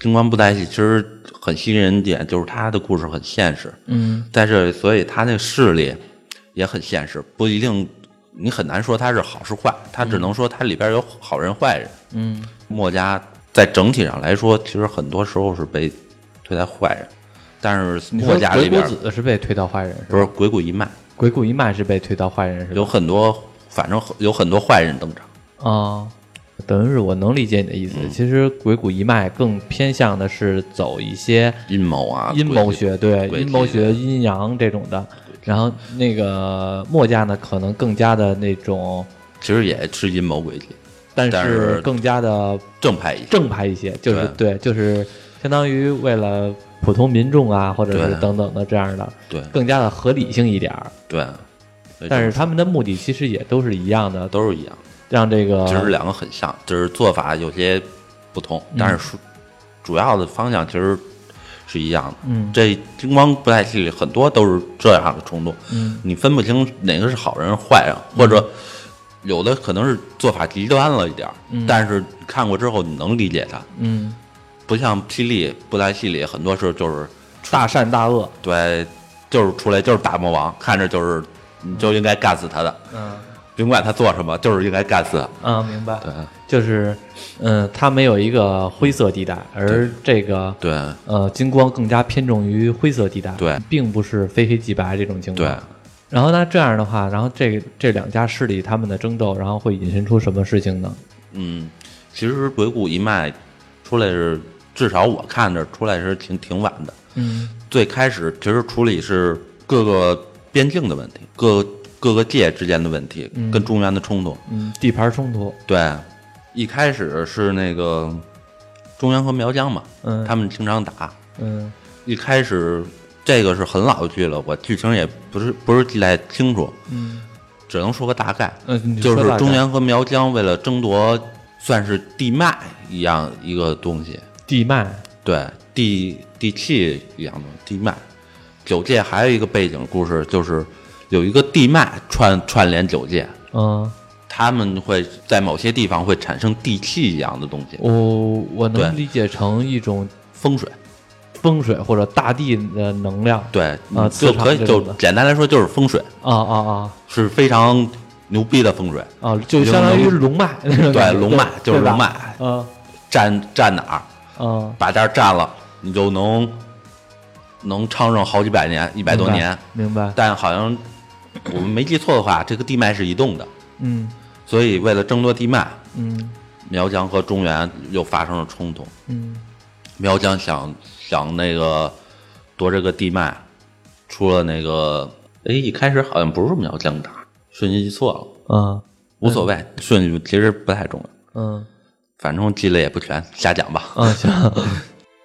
[SPEAKER 4] 金光布袋戏其实很吸引人点，就是他的故事很现实，
[SPEAKER 2] 嗯
[SPEAKER 4] 但是所以他那个势力也很现实，不一定你很难说他是好是坏，他只能说他里边有好人坏人。
[SPEAKER 2] 嗯
[SPEAKER 4] 墨家在整体上来说，其实很多时候是被推在坏人，但是
[SPEAKER 2] 你说
[SPEAKER 4] 墨家
[SPEAKER 2] 鬼
[SPEAKER 4] 里
[SPEAKER 2] 谷
[SPEAKER 4] 边
[SPEAKER 2] 子是被推到坏人是吧？
[SPEAKER 4] 不是鬼谷一脉，
[SPEAKER 2] 鬼谷一脉是被推到坏人是吧？
[SPEAKER 4] 有很多反正有很多坏人登场。
[SPEAKER 2] 啊、等于是我能理解你的意思。其实鬼谷一脉更偏向的是走一些
[SPEAKER 4] 阴谋啊，
[SPEAKER 2] 阴谋学，对
[SPEAKER 4] 鬼
[SPEAKER 2] 阴谋
[SPEAKER 4] 计的
[SPEAKER 2] 学、阴阳这种的。然后那个墨家呢，可能更加的那种，
[SPEAKER 4] 其实也是阴谋诡计，
[SPEAKER 2] 但
[SPEAKER 4] 但
[SPEAKER 2] 是
[SPEAKER 4] 是
[SPEAKER 2] 更加的
[SPEAKER 4] 正派一些。
[SPEAKER 2] 正派一些，就是对就是相当于为了普通民众啊，或者是
[SPEAKER 4] 对
[SPEAKER 2] 等等的这样的，
[SPEAKER 4] 对
[SPEAKER 2] 更加的合理性一点儿。
[SPEAKER 4] 对，啊所以
[SPEAKER 2] 但是
[SPEAKER 4] 就
[SPEAKER 2] 他们的目的其实也都是一样的，
[SPEAKER 4] 都是一样，
[SPEAKER 2] 让这个
[SPEAKER 4] 其实两个很
[SPEAKER 2] 嗯
[SPEAKER 4] 像，只是做法有些不同，但是说主要的方向其实是一样的。
[SPEAKER 2] 嗯
[SPEAKER 4] 这金光不太戏里很多都是这样的冲动，
[SPEAKER 2] 嗯
[SPEAKER 4] 你分不清哪个是好人坏人，或者有的可能是做法极端了一点儿，但是看过之后你能理解他，
[SPEAKER 2] 嗯，
[SPEAKER 4] 不像霹雳不太戏里很多时候就是
[SPEAKER 2] 大善大恶，
[SPEAKER 4] 对，就是出来就是大魔王，看着就是你就应该干死他的，
[SPEAKER 2] 嗯
[SPEAKER 4] 甭管他做什么，就是应该干死他。
[SPEAKER 2] 啊，明白，
[SPEAKER 4] 对
[SPEAKER 2] 就是，嗯，它没有一个灰色地带，而这个
[SPEAKER 4] 对
[SPEAKER 2] 呃，金光更加偏重于灰色地带，
[SPEAKER 4] 对，
[SPEAKER 2] 并不是非黑即白这种情况。
[SPEAKER 4] 对，
[SPEAKER 2] 然后呢，这样的话，然后这这两家势力他们的争斗，然后会引申出什么事情呢？
[SPEAKER 4] 嗯，其实鬼谷一脉出来是至少我看着出来是挺挺晚的，
[SPEAKER 2] 嗯
[SPEAKER 4] 最开始其实处理是各个边境的问题，各各个界之间的问题，跟中原的冲突。
[SPEAKER 2] 嗯，地盘冲突，
[SPEAKER 4] 对，一开始是那个中原和苗疆嘛，
[SPEAKER 2] 嗯
[SPEAKER 4] 他们经常打。
[SPEAKER 2] 嗯
[SPEAKER 4] 一开始这个是很老的剧了，我剧情也不是不是记太清楚，
[SPEAKER 2] 嗯
[SPEAKER 4] 只能说个大概。
[SPEAKER 2] 嗯，你
[SPEAKER 4] 就
[SPEAKER 2] 说
[SPEAKER 4] 是
[SPEAKER 2] 大概
[SPEAKER 4] 中原和苗疆为了争夺，算是地脉一样一个东西，
[SPEAKER 2] 地脉，
[SPEAKER 4] 对，地地气一样的地脉。九界还有一个背景故事，就是有一个地脉串串联九界，
[SPEAKER 2] 嗯，
[SPEAKER 4] 他们会在某些地方会产生地气一样的东西，
[SPEAKER 2] 我我能
[SPEAKER 4] 对
[SPEAKER 2] 理解成一种
[SPEAKER 4] 风水。
[SPEAKER 2] 风水或者大地的能量，
[SPEAKER 4] 对，
[SPEAKER 2] 啊
[SPEAKER 4] 你就
[SPEAKER 2] 磁场
[SPEAKER 4] 可以
[SPEAKER 2] 这种
[SPEAKER 4] 就
[SPEAKER 2] 的
[SPEAKER 4] 简单来说就是风水，
[SPEAKER 2] 啊啊啊
[SPEAKER 4] 是非常牛逼的风水。
[SPEAKER 2] 啊，就相当于龙脉那种感觉，
[SPEAKER 4] 对龙脉就是龙脉
[SPEAKER 2] 对吧嗯
[SPEAKER 4] 站站哪儿，
[SPEAKER 2] 啊啊，
[SPEAKER 4] 把这儿占了，你就能能昌盛好几百年、一百多年。
[SPEAKER 2] 明白，明白
[SPEAKER 4] 但好像我们没记错的话，这个地脉是移动的，
[SPEAKER 2] 嗯
[SPEAKER 4] 所以为了争夺地脉，
[SPEAKER 2] 嗯
[SPEAKER 4] 苗疆和中原又发生了冲突。
[SPEAKER 2] 嗯
[SPEAKER 4] 苗疆想想那个夺这个地脉，出了那个哎，一开始好像不是苗疆打，顺序记错了，
[SPEAKER 2] 啊
[SPEAKER 4] 无所谓，顺序其实不太重要，
[SPEAKER 2] 嗯
[SPEAKER 4] 反正记得也不全，瞎讲吧。
[SPEAKER 2] 啊行，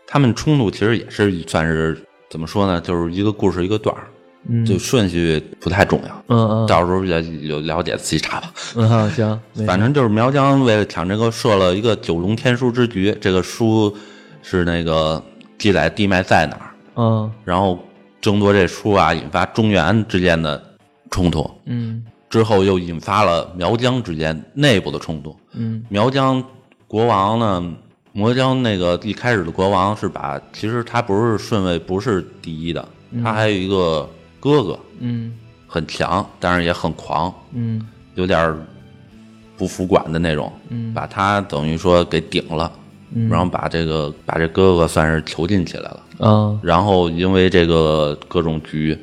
[SPEAKER 4] 他们冲突其实也是算是怎么说呢，就是一个故事一个段儿，
[SPEAKER 2] 嗯
[SPEAKER 4] 就顺序不太重要。
[SPEAKER 2] 嗯嗯
[SPEAKER 4] 到时候了有了解自己查吧。
[SPEAKER 2] 嗯啊行，没
[SPEAKER 4] 反正就是苗疆为了抢这个设了一个九龙天书之局，这个书是那个记载地脉在哪儿，
[SPEAKER 2] 嗯
[SPEAKER 4] 然后争夺这书啊，引发中原之间的冲突，
[SPEAKER 2] 嗯
[SPEAKER 4] 之后又引发了苗疆之间内部的冲突。
[SPEAKER 2] 嗯
[SPEAKER 4] 苗疆国王呢，魔疆那个一开始的国王是把，其实他不是顺位不是第一的，他还有一个哥哥
[SPEAKER 2] 嗯
[SPEAKER 4] 很强，但是也很狂，
[SPEAKER 2] 嗯
[SPEAKER 4] 有点儿不服管的那种，把他等于说给顶了，然后把这个把这哥哥算是囚禁起来了，
[SPEAKER 2] 啊
[SPEAKER 4] 然后因为这个各种局，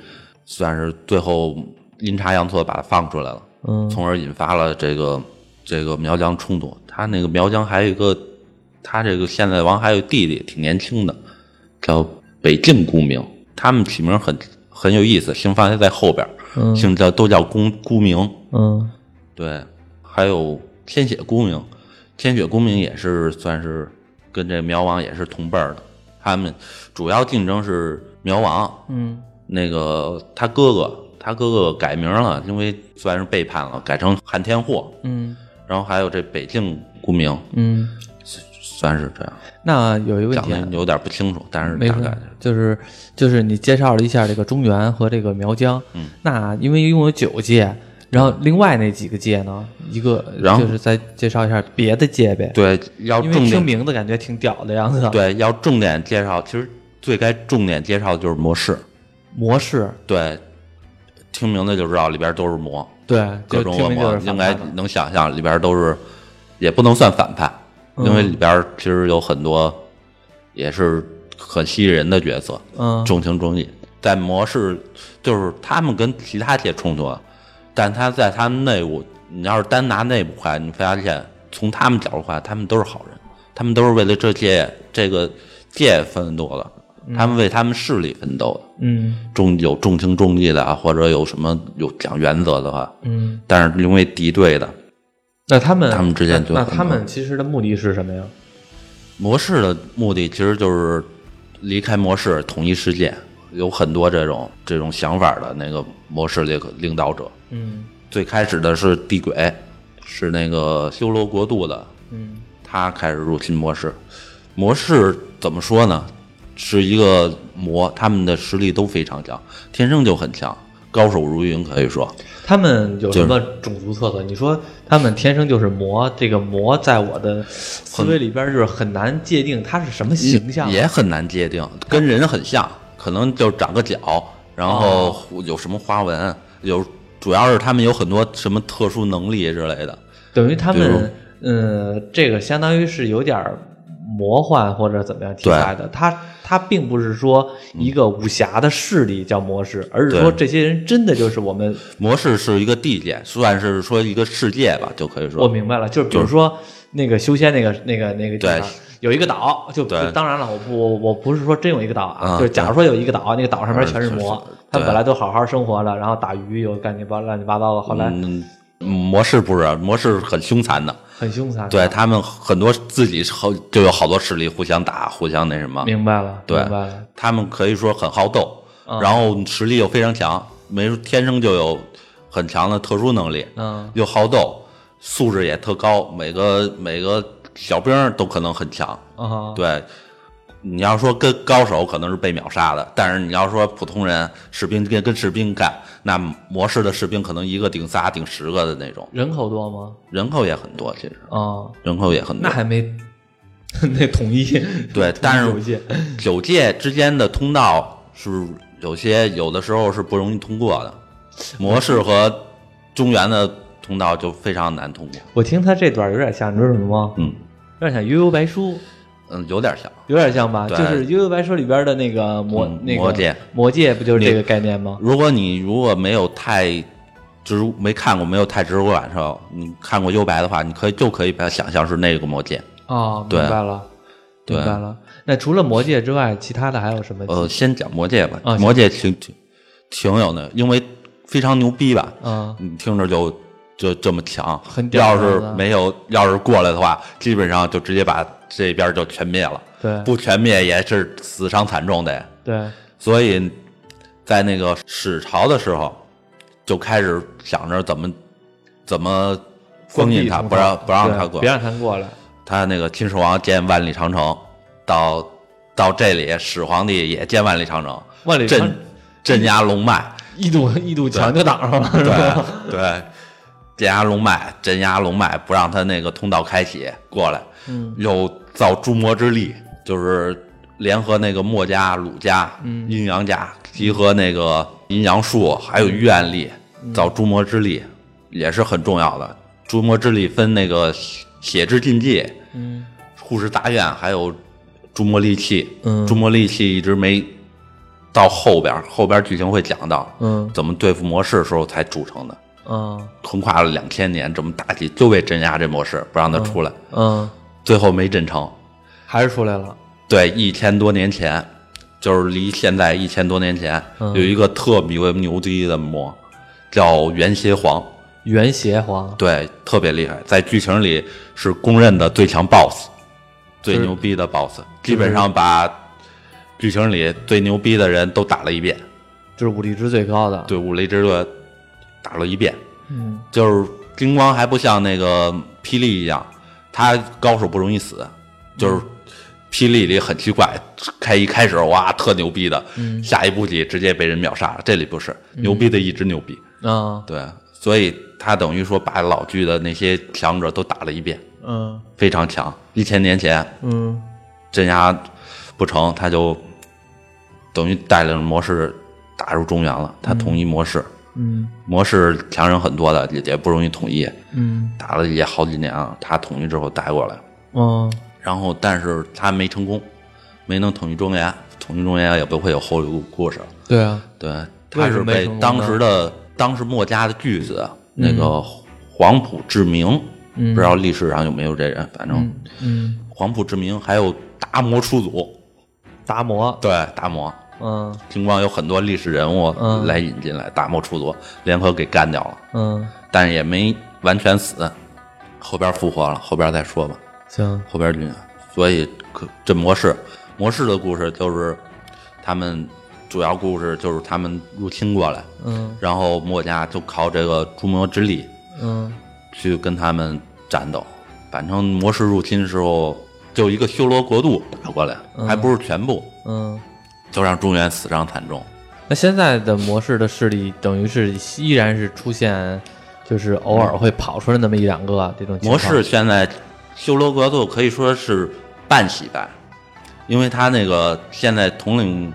[SPEAKER 4] 算是最后阴差阳错把他放出来了，
[SPEAKER 2] 嗯
[SPEAKER 4] 从而引发了这个这个苗疆冲突。他那个苗疆还有一个，他这个现在王还有弟弟，挺年轻的，叫北境孤明。他们起名很很有意思，姓放在后边儿，
[SPEAKER 2] 嗯
[SPEAKER 4] 姓叫都叫孤孤明。
[SPEAKER 2] 嗯
[SPEAKER 4] 对，还有天血孤明，天血孤明也是算是跟这苗王也是同辈儿的。他们主要竞争是苗王，
[SPEAKER 2] 嗯
[SPEAKER 4] 那个他哥哥，他哥哥改名了，因为算是背叛了，改成韩天霍。
[SPEAKER 2] 嗯
[SPEAKER 4] 然后还有这北境孤明，
[SPEAKER 2] 嗯，
[SPEAKER 4] 算是这样，
[SPEAKER 2] 那有一个问
[SPEAKER 4] 讲
[SPEAKER 2] 题
[SPEAKER 4] 的
[SPEAKER 2] 啊。
[SPEAKER 4] 有点不清楚，但是
[SPEAKER 2] 没
[SPEAKER 4] 大
[SPEAKER 2] 事
[SPEAKER 4] 概
[SPEAKER 2] 儿，就是就是你介绍了一下这个中原和这个苗疆，嗯，那因为一共有九界，然后另外那几个界呢，一个
[SPEAKER 4] 嗯然后
[SPEAKER 2] 就是再介绍一下别的界呗，，
[SPEAKER 4] 对要
[SPEAKER 2] 因
[SPEAKER 4] 重
[SPEAKER 2] 为听
[SPEAKER 4] 点
[SPEAKER 2] 名字感觉挺屌的样子，，
[SPEAKER 4] 对要重点介绍，其实最该重点介绍的就是模式，
[SPEAKER 2] 模式，
[SPEAKER 4] 对，听名字就知道里边都是魔，
[SPEAKER 2] 对，
[SPEAKER 4] 各
[SPEAKER 2] 就
[SPEAKER 4] 种
[SPEAKER 2] 听
[SPEAKER 4] 恶
[SPEAKER 2] 名就
[SPEAKER 4] 魔
[SPEAKER 2] 是，
[SPEAKER 4] 应
[SPEAKER 2] 反
[SPEAKER 4] 该
[SPEAKER 2] 派嘛
[SPEAKER 4] 能想象里边都是，也不能算反派，因
[SPEAKER 2] 嗯
[SPEAKER 4] 为里边其实有很多也是很吸引人的角色，
[SPEAKER 2] 嗯
[SPEAKER 4] 重情重义。在模式就是他们跟其他界冲突了，但他在他们内部，你要是单拿内部看，你发现从他们角度看，他们都是好人，他们都是为了这界这个界奋斗的，他们为他们势力奋斗的。
[SPEAKER 2] 嗯
[SPEAKER 4] 重有重情重义的啊，或者有什么有讲原则的话，
[SPEAKER 2] 嗯，
[SPEAKER 4] 但是因为敌对的
[SPEAKER 2] 那他们
[SPEAKER 4] 他们之间就
[SPEAKER 2] 那
[SPEAKER 4] 有
[SPEAKER 2] 那他
[SPEAKER 4] 很多嗯
[SPEAKER 2] 们其实的目的是什么呀？
[SPEAKER 4] 模式的目的，其实就是离开模式，统一世界。有很多这种这种想法的那个模式的领导者，
[SPEAKER 2] 嗯
[SPEAKER 4] 最开始的是地鬼，是那个修罗国度的，
[SPEAKER 2] 嗯
[SPEAKER 4] 他开始入侵模式。模式怎么说呢？是一个魔，他们的实力都非常强，天生就很强，高手如云，可以说。
[SPEAKER 2] 他们有什么种族特色？你说他们天生就是魔，这个魔在我的思维里边就是很难界定它是什么形象。
[SPEAKER 4] 也很难界定，跟人很像，可能就长个角，然
[SPEAKER 2] 哦
[SPEAKER 4] 后有什么花纹，有主要是他们有很多什么特殊能力之类的。
[SPEAKER 2] 等于他
[SPEAKER 4] 比如
[SPEAKER 2] 们，嗯，这个相当于是有点儿魔幻或者怎么样题材的。它它并不是说一个武侠的势力叫魔师，而是说
[SPEAKER 4] 嗯对
[SPEAKER 2] 这些人真的就是我们。
[SPEAKER 4] 模式是一个地界，算是说一个世界吧，就可以
[SPEAKER 2] 我
[SPEAKER 4] 说。
[SPEAKER 2] 明白了，就是比如说那个修仙那个那个那个地
[SPEAKER 4] 对
[SPEAKER 2] 方。有一个岛，就
[SPEAKER 4] 对
[SPEAKER 2] 就当然了，我不我我不是说真有一个岛啊，
[SPEAKER 4] 啊
[SPEAKER 2] 就是假如说有一个岛，那个岛上面全是魔
[SPEAKER 4] 嗯是是，
[SPEAKER 2] 他们
[SPEAKER 4] 对
[SPEAKER 2] 本来都好好生活了，然后打鱼有干七八乱七八糟的，后来
[SPEAKER 4] 嗯，模式不是，模式很凶残的，
[SPEAKER 2] 很凶残。
[SPEAKER 4] 对，他们很多自己好就有好多势力互相打，互相那什么。
[SPEAKER 2] 明白了，
[SPEAKER 4] 对
[SPEAKER 2] 明白了。
[SPEAKER 4] 他们可以说很好斗，
[SPEAKER 2] 嗯
[SPEAKER 4] 然后实力又非常强，没天生就有很强的特殊能力，
[SPEAKER 2] 嗯，
[SPEAKER 4] 又好斗，素质也特高，每个每个小兵儿都可能很强。
[SPEAKER 2] 啊，
[SPEAKER 4] 对，你要说跟高手可能是被秒杀的，但是你要说普通人士兵跟跟士兵干，那模式的士兵可能一个顶仨、顶十个的那种，
[SPEAKER 2] 人口多吗？
[SPEAKER 4] 人口也很多，其实
[SPEAKER 2] 啊，
[SPEAKER 4] 人口也很多。
[SPEAKER 2] 那还没 那统一，统
[SPEAKER 4] 对
[SPEAKER 2] 一
[SPEAKER 4] 但是
[SPEAKER 2] 九界
[SPEAKER 4] 九界之间的通道是有些有的时候是不容易通过的，模式和中原的通道就非常难通过。
[SPEAKER 2] 我听他这段有点像，你知道什么吗？
[SPEAKER 4] 嗯
[SPEAKER 2] 有点像《悠悠白书》，
[SPEAKER 4] 嗯，有点像。
[SPEAKER 2] 有点像吧？就
[SPEAKER 4] 对
[SPEAKER 2] 是《悠悠白书》里边的那个魔
[SPEAKER 4] 嗯
[SPEAKER 2] 那个
[SPEAKER 4] 魔戒，
[SPEAKER 2] 魔戒不就是这个
[SPEAKER 4] 那
[SPEAKER 2] 概念吗？
[SPEAKER 4] 如果你如果没有太植入没看过没有太植入感受，你看过幽白的话，你可以就可以把它想象是那个魔戒。
[SPEAKER 2] 哦，明
[SPEAKER 4] 对
[SPEAKER 2] 白了，
[SPEAKER 4] 对
[SPEAKER 2] 明白了。那除了魔戒之外，其他的还有什么？
[SPEAKER 4] 呃，先讲魔戒吧，
[SPEAKER 2] 啊行
[SPEAKER 4] 魔戒挺挺挺有那，因为非常牛逼吧，
[SPEAKER 2] 嗯，
[SPEAKER 4] 你听着就就这么强，
[SPEAKER 2] 很屌
[SPEAKER 4] 要是
[SPEAKER 2] 的
[SPEAKER 4] 没有要是过来的话，基本上就直接把这边就全灭了，
[SPEAKER 2] 对
[SPEAKER 4] 不全灭也是死伤惨重的。
[SPEAKER 2] 对，
[SPEAKER 4] 所以在那个史朝的时候，就开始想着怎么怎么封印他，
[SPEAKER 2] 封闭通道
[SPEAKER 4] 不让不让他
[SPEAKER 2] 对
[SPEAKER 4] 过
[SPEAKER 2] 别。让他过来。
[SPEAKER 4] 他那个秦始皇建万里长城，到到这里始皇帝也建万里长城，
[SPEAKER 2] 万里长
[SPEAKER 4] 镇镇压龙脉，
[SPEAKER 2] 一堵一堵墙就挡上了， 是吧？
[SPEAKER 4] 对对，镇压龙脉，镇压龙脉，不让他那个通道开启过来，
[SPEAKER 2] 嗯，
[SPEAKER 4] 又造诛魔之力，就是联合那个墨家、鲁家、
[SPEAKER 2] 嗯
[SPEAKER 4] 阴阳家，集合那个阴阳术，还有
[SPEAKER 2] 嗯
[SPEAKER 4] 愿力，造诛魔之力也是很重要的。诛魔之力分那个血之禁忌、
[SPEAKER 2] 嗯
[SPEAKER 4] 护士大院，还有诛魔利器。
[SPEAKER 2] 嗯
[SPEAKER 4] 诛魔利器一直没到后边儿，后边儿剧情会讲到。
[SPEAKER 2] 嗯
[SPEAKER 4] 怎么对付模式的时候才组成的，
[SPEAKER 2] 嗯
[SPEAKER 4] 横跨了两千年，这么大计就为镇压这模式，不让它出来，
[SPEAKER 2] 嗯，
[SPEAKER 4] 最后没镇成。
[SPEAKER 2] 还是出来了。
[SPEAKER 4] 对，一千多年前，就是离现在一千多年前，
[SPEAKER 2] 嗯
[SPEAKER 4] 有一个特别牛逼的魔，叫元邪皇，
[SPEAKER 2] 原邪皇
[SPEAKER 4] 对，特别厉害，在剧情里是公认的最强 BOSS，最
[SPEAKER 2] 就是
[SPEAKER 4] 牛逼的 BOSS，
[SPEAKER 2] 就是
[SPEAKER 4] 基本上把剧情里最牛逼的人都打了一遍，
[SPEAKER 2] 就是武力值最高的，
[SPEAKER 4] 对，五雷之盾打了一遍。
[SPEAKER 2] 嗯，
[SPEAKER 4] 就是金光还不像那个霹雳一样，他高手不容易死，就是霹雳里很奇怪，开一开始哇特牛逼的，下一步棋直接被人秒杀了。这里不是牛逼的一直牛逼，
[SPEAKER 2] 啊，
[SPEAKER 4] 对，所以他等于说把老剧的那些强者都打了一遍，
[SPEAKER 2] 嗯
[SPEAKER 4] 非常强。一千年前
[SPEAKER 2] 嗯，
[SPEAKER 4] 镇压不成，他就等于带领模式打入中原了，他统一模式。
[SPEAKER 2] 嗯
[SPEAKER 4] 模式强人很多的，也也不容易统一。
[SPEAKER 2] 嗯
[SPEAKER 4] 打了也好几年了，他统一之后带过来，
[SPEAKER 2] 嗯，
[SPEAKER 4] 然后但是他没成功，没能统一中原，统一中原也不会有后续故事。
[SPEAKER 2] 对啊，
[SPEAKER 4] 对，
[SPEAKER 2] 为
[SPEAKER 4] 他
[SPEAKER 2] 什
[SPEAKER 4] 是
[SPEAKER 2] 么没
[SPEAKER 4] 被
[SPEAKER 2] 成功呢
[SPEAKER 4] 当时的当时墨家的巨子、那个黄埔志明，
[SPEAKER 2] 嗯
[SPEAKER 4] 不知道历史上有没有这人，反正、
[SPEAKER 2] 嗯，
[SPEAKER 4] 黄埔志明还有达摩出祖，
[SPEAKER 2] 达摩，
[SPEAKER 4] 对达摩。
[SPEAKER 2] 嗯
[SPEAKER 4] 金光有很多历史人物
[SPEAKER 2] 嗯
[SPEAKER 4] 来引进来，达摩出祖联合给干掉了，
[SPEAKER 2] 嗯，
[SPEAKER 4] 但是也没完全死，后边复活了，后边再说吧。
[SPEAKER 2] 行，
[SPEAKER 4] 后边军，所以可这模式模式的故事就是他们主要故事就是他们入侵过来，
[SPEAKER 2] 嗯
[SPEAKER 4] 然后墨家就靠这个诛魔之力
[SPEAKER 2] 嗯
[SPEAKER 4] 去跟他们战斗。反正模式入侵时候就一个修罗国度打过来，还不是全部，
[SPEAKER 2] 嗯，
[SPEAKER 4] 就让中原死伤惨重。
[SPEAKER 2] 那现在的模式的势力等于是依然是出现，就是偶尔会跑出来那么一两个啊这种情
[SPEAKER 4] 模
[SPEAKER 2] 况
[SPEAKER 4] 式现在修罗格斗可以说是半洗白，因为他那个现在统领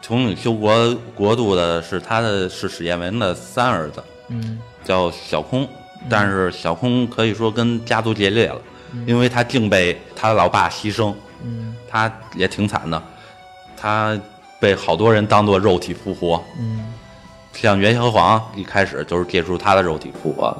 [SPEAKER 4] 统领修国国度的是他的是史艳文的三儿子，
[SPEAKER 2] 嗯，
[SPEAKER 4] 叫小空，但是小空可以说跟家族决裂了，因为他竟被他老爸牺牲，
[SPEAKER 2] 嗯
[SPEAKER 4] 他也挺惨的，他被好多人当做肉体复活，
[SPEAKER 2] 嗯
[SPEAKER 4] 像袁小黄一开始就是借助他的肉体复活的，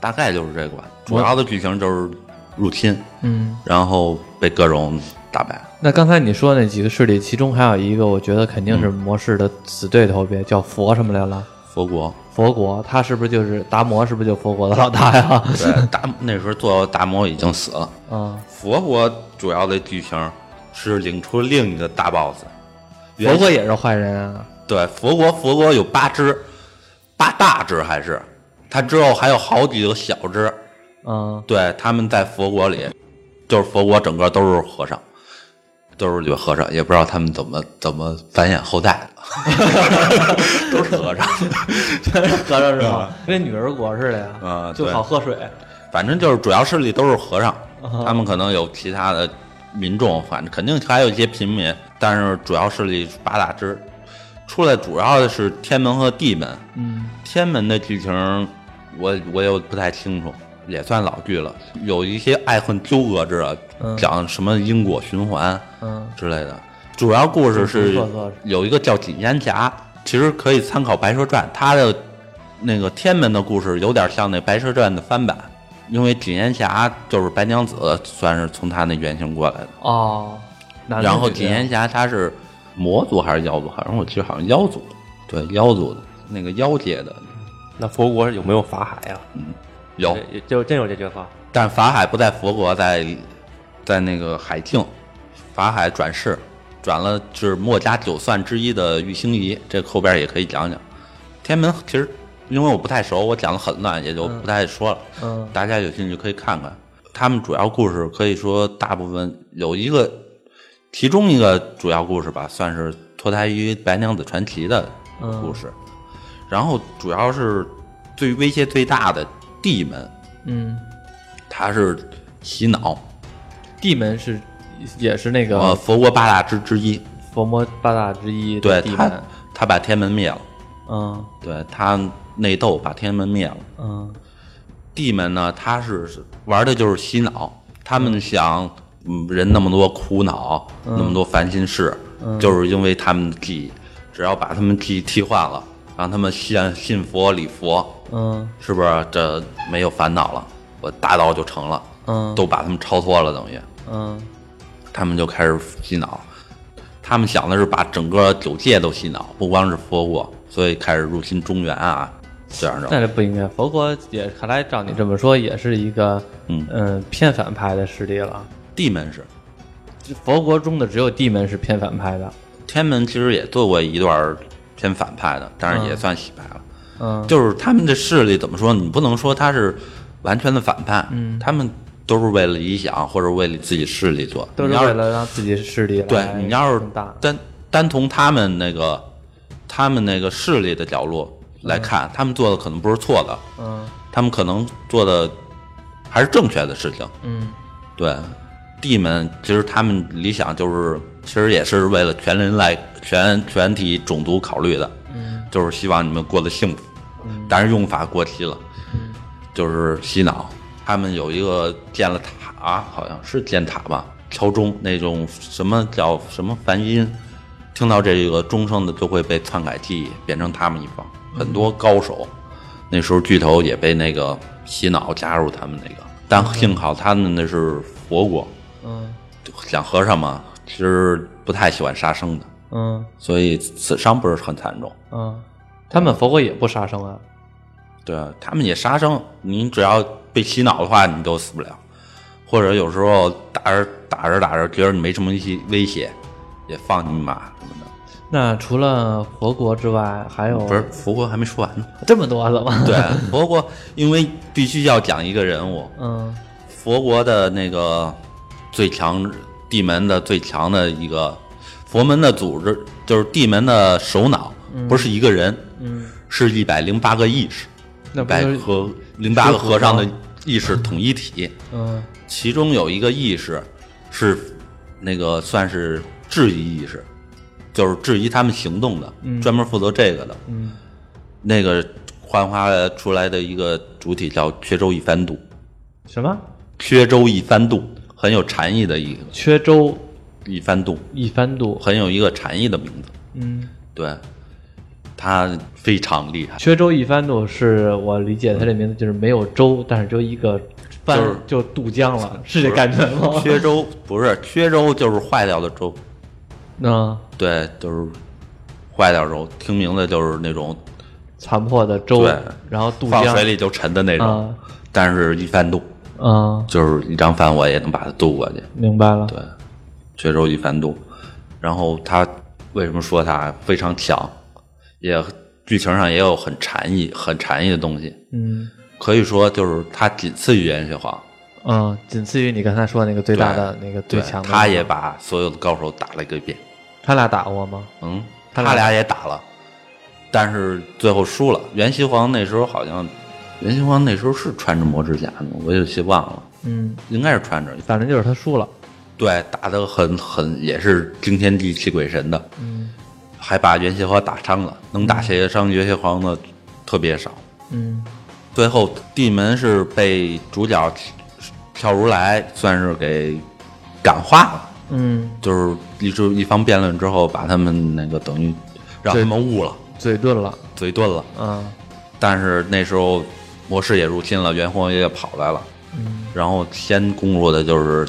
[SPEAKER 4] 大概就是这个吧。主要的剧情就是入侵，
[SPEAKER 2] 嗯。
[SPEAKER 4] 然后被各种打败。
[SPEAKER 2] 那刚才你说那几个势力，其中还有一个，我觉得肯定是
[SPEAKER 4] 嗯
[SPEAKER 2] 模式的死对头呗，叫佛什么来了？
[SPEAKER 4] 佛国
[SPEAKER 2] 佛国，他是不是就是达摩？是不是就佛国的老大呀？
[SPEAKER 4] 对达那时候做达摩已经死了，
[SPEAKER 2] 嗯，
[SPEAKER 4] 佛国主要的剧情是领出另一个大 boss。
[SPEAKER 2] 佛国也是坏人啊。
[SPEAKER 4] 对佛国，佛国有八只，八大只还是？他之后还有好几个小只，
[SPEAKER 2] 嗯，
[SPEAKER 4] 对，他们在佛国里，就是佛国整个都是和尚，都是女和尚，也不知道他们怎么怎么繁衍后代的，都是和尚。
[SPEAKER 2] 合着是吧？跟女儿国似的呀。
[SPEAKER 4] 啊
[SPEAKER 2] 就
[SPEAKER 4] 对
[SPEAKER 2] 好喝水。
[SPEAKER 4] 反正就是主要势力都是和尚，
[SPEAKER 2] 啊
[SPEAKER 4] 他们可能有其他的民众，反正肯定还有一些平民，但是主要势力是八大支。出来主要的是天门和地门，
[SPEAKER 2] 嗯
[SPEAKER 4] 天门的剧情我我又不太清楚，也算老剧了，有一些爱恨纠葛之了，
[SPEAKER 2] 嗯
[SPEAKER 4] 讲什么因果循环
[SPEAKER 2] 嗯
[SPEAKER 4] 之类的。主要故事
[SPEAKER 2] 嗯
[SPEAKER 4] 是
[SPEAKER 2] 不错不错
[SPEAKER 4] 有一个叫锦烟霞，其实可以参考《白蛇传》，它的那个天门的故事有点像那《白蛇传》的翻版，因为锦烟霞就是白娘子，算是从她那原型过来的。
[SPEAKER 2] 哦，男的
[SPEAKER 4] 然后
[SPEAKER 2] 女的
[SPEAKER 4] 锦烟霞她是魔族还是妖族？好像我记得好像妖族，对妖族的那个妖界的
[SPEAKER 5] 那佛国有没有法海啊？
[SPEAKER 4] 有，
[SPEAKER 5] 这就真有这角色。
[SPEAKER 4] 但法海不在佛国，在在那个海境，法海转世，转了是墨家九算之一的玉星移，这后边也可以讲讲。天门其实因为我不太熟，我讲的很乱，也就不太说了。
[SPEAKER 2] 嗯
[SPEAKER 4] 大家有兴趣可以看看。他们主要故事可以说大部分有一个，其中一个主要故事吧，算是脱胎于《白娘子传奇》的
[SPEAKER 2] 嗯
[SPEAKER 4] 故事。然后主要是对威胁最大的地门，
[SPEAKER 2] 嗯，
[SPEAKER 4] 他是洗脑，
[SPEAKER 2] 地门是也是那
[SPEAKER 4] 呃，
[SPEAKER 2] 个
[SPEAKER 4] 佛国八大之之一。
[SPEAKER 2] 佛魔八大之一
[SPEAKER 4] 对
[SPEAKER 2] 的地
[SPEAKER 4] 他
[SPEAKER 2] 门。，
[SPEAKER 4] 他把天门灭了，
[SPEAKER 2] 嗯
[SPEAKER 4] 对他内斗把天门灭了。
[SPEAKER 2] 嗯
[SPEAKER 4] 地门呢，他是是玩的就是洗脑，他们想，嗯，人那么多苦恼，
[SPEAKER 2] 嗯
[SPEAKER 4] 那么多烦心事，就是因为他们的记忆，只要把他们记忆替换了，让他们信信佛礼佛，
[SPEAKER 2] 嗯
[SPEAKER 4] 是不是这没有烦恼了？我大道就成了，
[SPEAKER 2] 嗯
[SPEAKER 4] 都把他们超脱了，等于。
[SPEAKER 2] 嗯
[SPEAKER 4] 他们就开始洗脑。他们想的是把整个九界都洗脑，不光是佛国，所以开始入侵中原啊，这样的。
[SPEAKER 2] 那这不应该，佛国也看来照你这么说，也是一个
[SPEAKER 4] 嗯
[SPEAKER 2] 嗯偏反派的势力了。
[SPEAKER 4] 地门是
[SPEAKER 2] 佛国中的只有地门是偏反派的，
[SPEAKER 4] 天门，其实也做过一段偏反派的，但是也算洗白了。
[SPEAKER 2] 嗯，
[SPEAKER 4] 就是他们这势力怎么说？你不能说他是完全的反派，嗯，他们都是为了理想或者为了自己势力做，
[SPEAKER 2] 都是
[SPEAKER 4] 你要
[SPEAKER 2] 为了让自己势力
[SPEAKER 4] 对
[SPEAKER 2] 来
[SPEAKER 4] 你要是
[SPEAKER 2] 更大，
[SPEAKER 4] 单单从他们那个他们那个势力的角度来看，他们做的可能不是错的，
[SPEAKER 2] 嗯
[SPEAKER 4] 他们可能做的还是正确的事情。
[SPEAKER 2] 嗯
[SPEAKER 4] 对，地们其实他们理想就是，其实也是为了全人来全全体种族考虑的，
[SPEAKER 2] 嗯
[SPEAKER 4] 就是希望你们过得幸福。但是用法过期了，就是洗脑。他们有一个建了塔，好像是建塔吧，敲钟那种什么叫什么梵音，听到这个钟声的就会被篡改记忆，变成他们一方。很多高手，那时候巨头也被那个洗脑加入他们那个，但幸好他们那是佛国，
[SPEAKER 2] 嗯
[SPEAKER 4] 讲和尚嘛，其实不太喜欢杀生的，
[SPEAKER 2] 嗯
[SPEAKER 4] 所以死伤不是很惨重。
[SPEAKER 2] 嗯，他们佛国也不杀生啊，
[SPEAKER 4] 对啊，他们也杀生，你只要被洗脑的话，你都死不了。或者有时候打着打着打着，觉得你没什么威胁威胁，也放你一马什么的。
[SPEAKER 2] 那除了佛国之外，还有
[SPEAKER 4] 不是，佛国还没说完 呢。
[SPEAKER 2] 这么多了 吗？
[SPEAKER 4] 对，佛国因为必须要讲一个人物，
[SPEAKER 2] 嗯
[SPEAKER 4] 佛国的那个最强地门的最强的一个佛门的组织，就是地门的首脑，不是一个人，
[SPEAKER 2] 嗯，
[SPEAKER 4] 是一百零八个意识，
[SPEAKER 2] 那不
[SPEAKER 4] 百
[SPEAKER 2] 就是
[SPEAKER 4] 和零八个和尚的
[SPEAKER 2] 和
[SPEAKER 4] 意识统一体，
[SPEAKER 2] 嗯
[SPEAKER 4] 其中有一个意识是那个算是质疑意识，就是质疑他们行动的，专门负责这个的。
[SPEAKER 2] 嗯
[SPEAKER 4] 那个幻化出来的一个主体叫缺州一番度，
[SPEAKER 2] 什么
[SPEAKER 4] 缺州一番度很有禅意的一个
[SPEAKER 2] 缺周
[SPEAKER 4] 一番度，
[SPEAKER 2] 一番度，
[SPEAKER 4] 很有一个禅意的名字。
[SPEAKER 2] 嗯，
[SPEAKER 4] 对，他非常厉害。
[SPEAKER 2] 缺周一番度是我理解它这名字就是没有周，但是就一个帆
[SPEAKER 4] 就是
[SPEAKER 2] 就渡江了， 是这感觉吗？
[SPEAKER 4] 缺州不是缺州，就是坏掉的州。
[SPEAKER 2] 嗯，
[SPEAKER 4] 对，就是坏掉州，听名字就是那种
[SPEAKER 2] 残破的周
[SPEAKER 4] 对，
[SPEAKER 2] 然后渡
[SPEAKER 4] 放
[SPEAKER 2] 江
[SPEAKER 4] 水里就沉的那种。
[SPEAKER 2] 啊
[SPEAKER 4] 但是一翻渡，
[SPEAKER 2] 嗯，
[SPEAKER 4] 就是一张帆我也能把它渡过去。
[SPEAKER 2] 明白了。
[SPEAKER 4] 对，缺州一翻渡。然后他为什么说他非常强？也剧情上也有很禅意、很禅意的东西，
[SPEAKER 2] 嗯
[SPEAKER 4] 可以说就是他仅次于袁雪华。
[SPEAKER 2] 嗯，仅次于你刚才说的那个最大的那个最
[SPEAKER 4] 对，
[SPEAKER 2] 强的，
[SPEAKER 4] 他也把所有的高手打了一个遍。
[SPEAKER 2] 他俩打过吗？
[SPEAKER 4] 嗯，
[SPEAKER 2] 他
[SPEAKER 4] 他
[SPEAKER 2] 俩
[SPEAKER 4] 俩也打了，但是最后输了。袁熙皇那时候好像，袁熙皇那时候是穿着魔指甲呢，我有些忘了，
[SPEAKER 2] 嗯，
[SPEAKER 4] 应该是穿着。
[SPEAKER 2] 反正就是他输了。
[SPEAKER 4] 对，打得很很也是惊天地泣鬼神的，
[SPEAKER 2] 嗯
[SPEAKER 4] 还把袁熙皇打伤了。能打谁伤袁熙皇的特别少。
[SPEAKER 2] 嗯
[SPEAKER 4] 最后地门是被主角跳如来算是给感化了。
[SPEAKER 2] 嗯，
[SPEAKER 4] 就是一直一方辩论之后，把他们那个等于让他们悟了，
[SPEAKER 2] 嘴遁了。
[SPEAKER 4] 嘴遁了。
[SPEAKER 2] 嗯
[SPEAKER 4] 但是那时候模式也入侵了，袁弘也跑来了，
[SPEAKER 2] 嗯
[SPEAKER 4] 然后先攻入的就是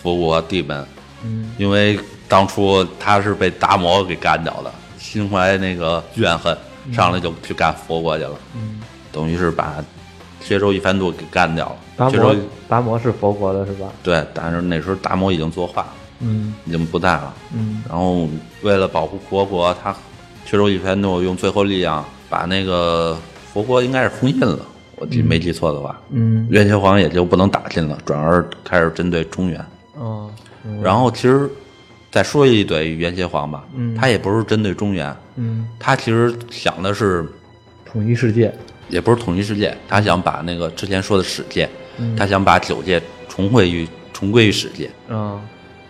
[SPEAKER 4] 佛国地门，
[SPEAKER 2] 嗯
[SPEAKER 4] 因为当初他是被达摩给干掉的，心怀那个怨恨，上来就去干佛国去了，
[SPEAKER 2] 嗯，
[SPEAKER 4] 等于是把薛州一番度给干掉
[SPEAKER 2] 达
[SPEAKER 4] 了。薛
[SPEAKER 2] 摩
[SPEAKER 4] 州
[SPEAKER 2] 达摩是佛国的是吧？
[SPEAKER 4] 对，但是那时候达摩已经作画，
[SPEAKER 2] 嗯
[SPEAKER 4] 已经不在了。
[SPEAKER 2] 嗯
[SPEAKER 4] 然后为了保护佛国，他缺州一番度用最后力量把那个佛国应该是封印了，我记没记错的话，
[SPEAKER 2] 嗯
[SPEAKER 4] 袁球皇也就不能打进了，转而开始针对中原。
[SPEAKER 2] 哦，嗯
[SPEAKER 4] 然后其实再说一嘴袁邪皇吧，
[SPEAKER 2] 嗯
[SPEAKER 4] 他也不是针对中原，
[SPEAKER 2] 嗯，
[SPEAKER 4] 他其实想的是
[SPEAKER 2] 统一世界。
[SPEAKER 4] 也不是统一世界，他想把那个之前说的史界，
[SPEAKER 2] 嗯
[SPEAKER 4] 他想把九界重回于重归于史界，
[SPEAKER 2] 嗯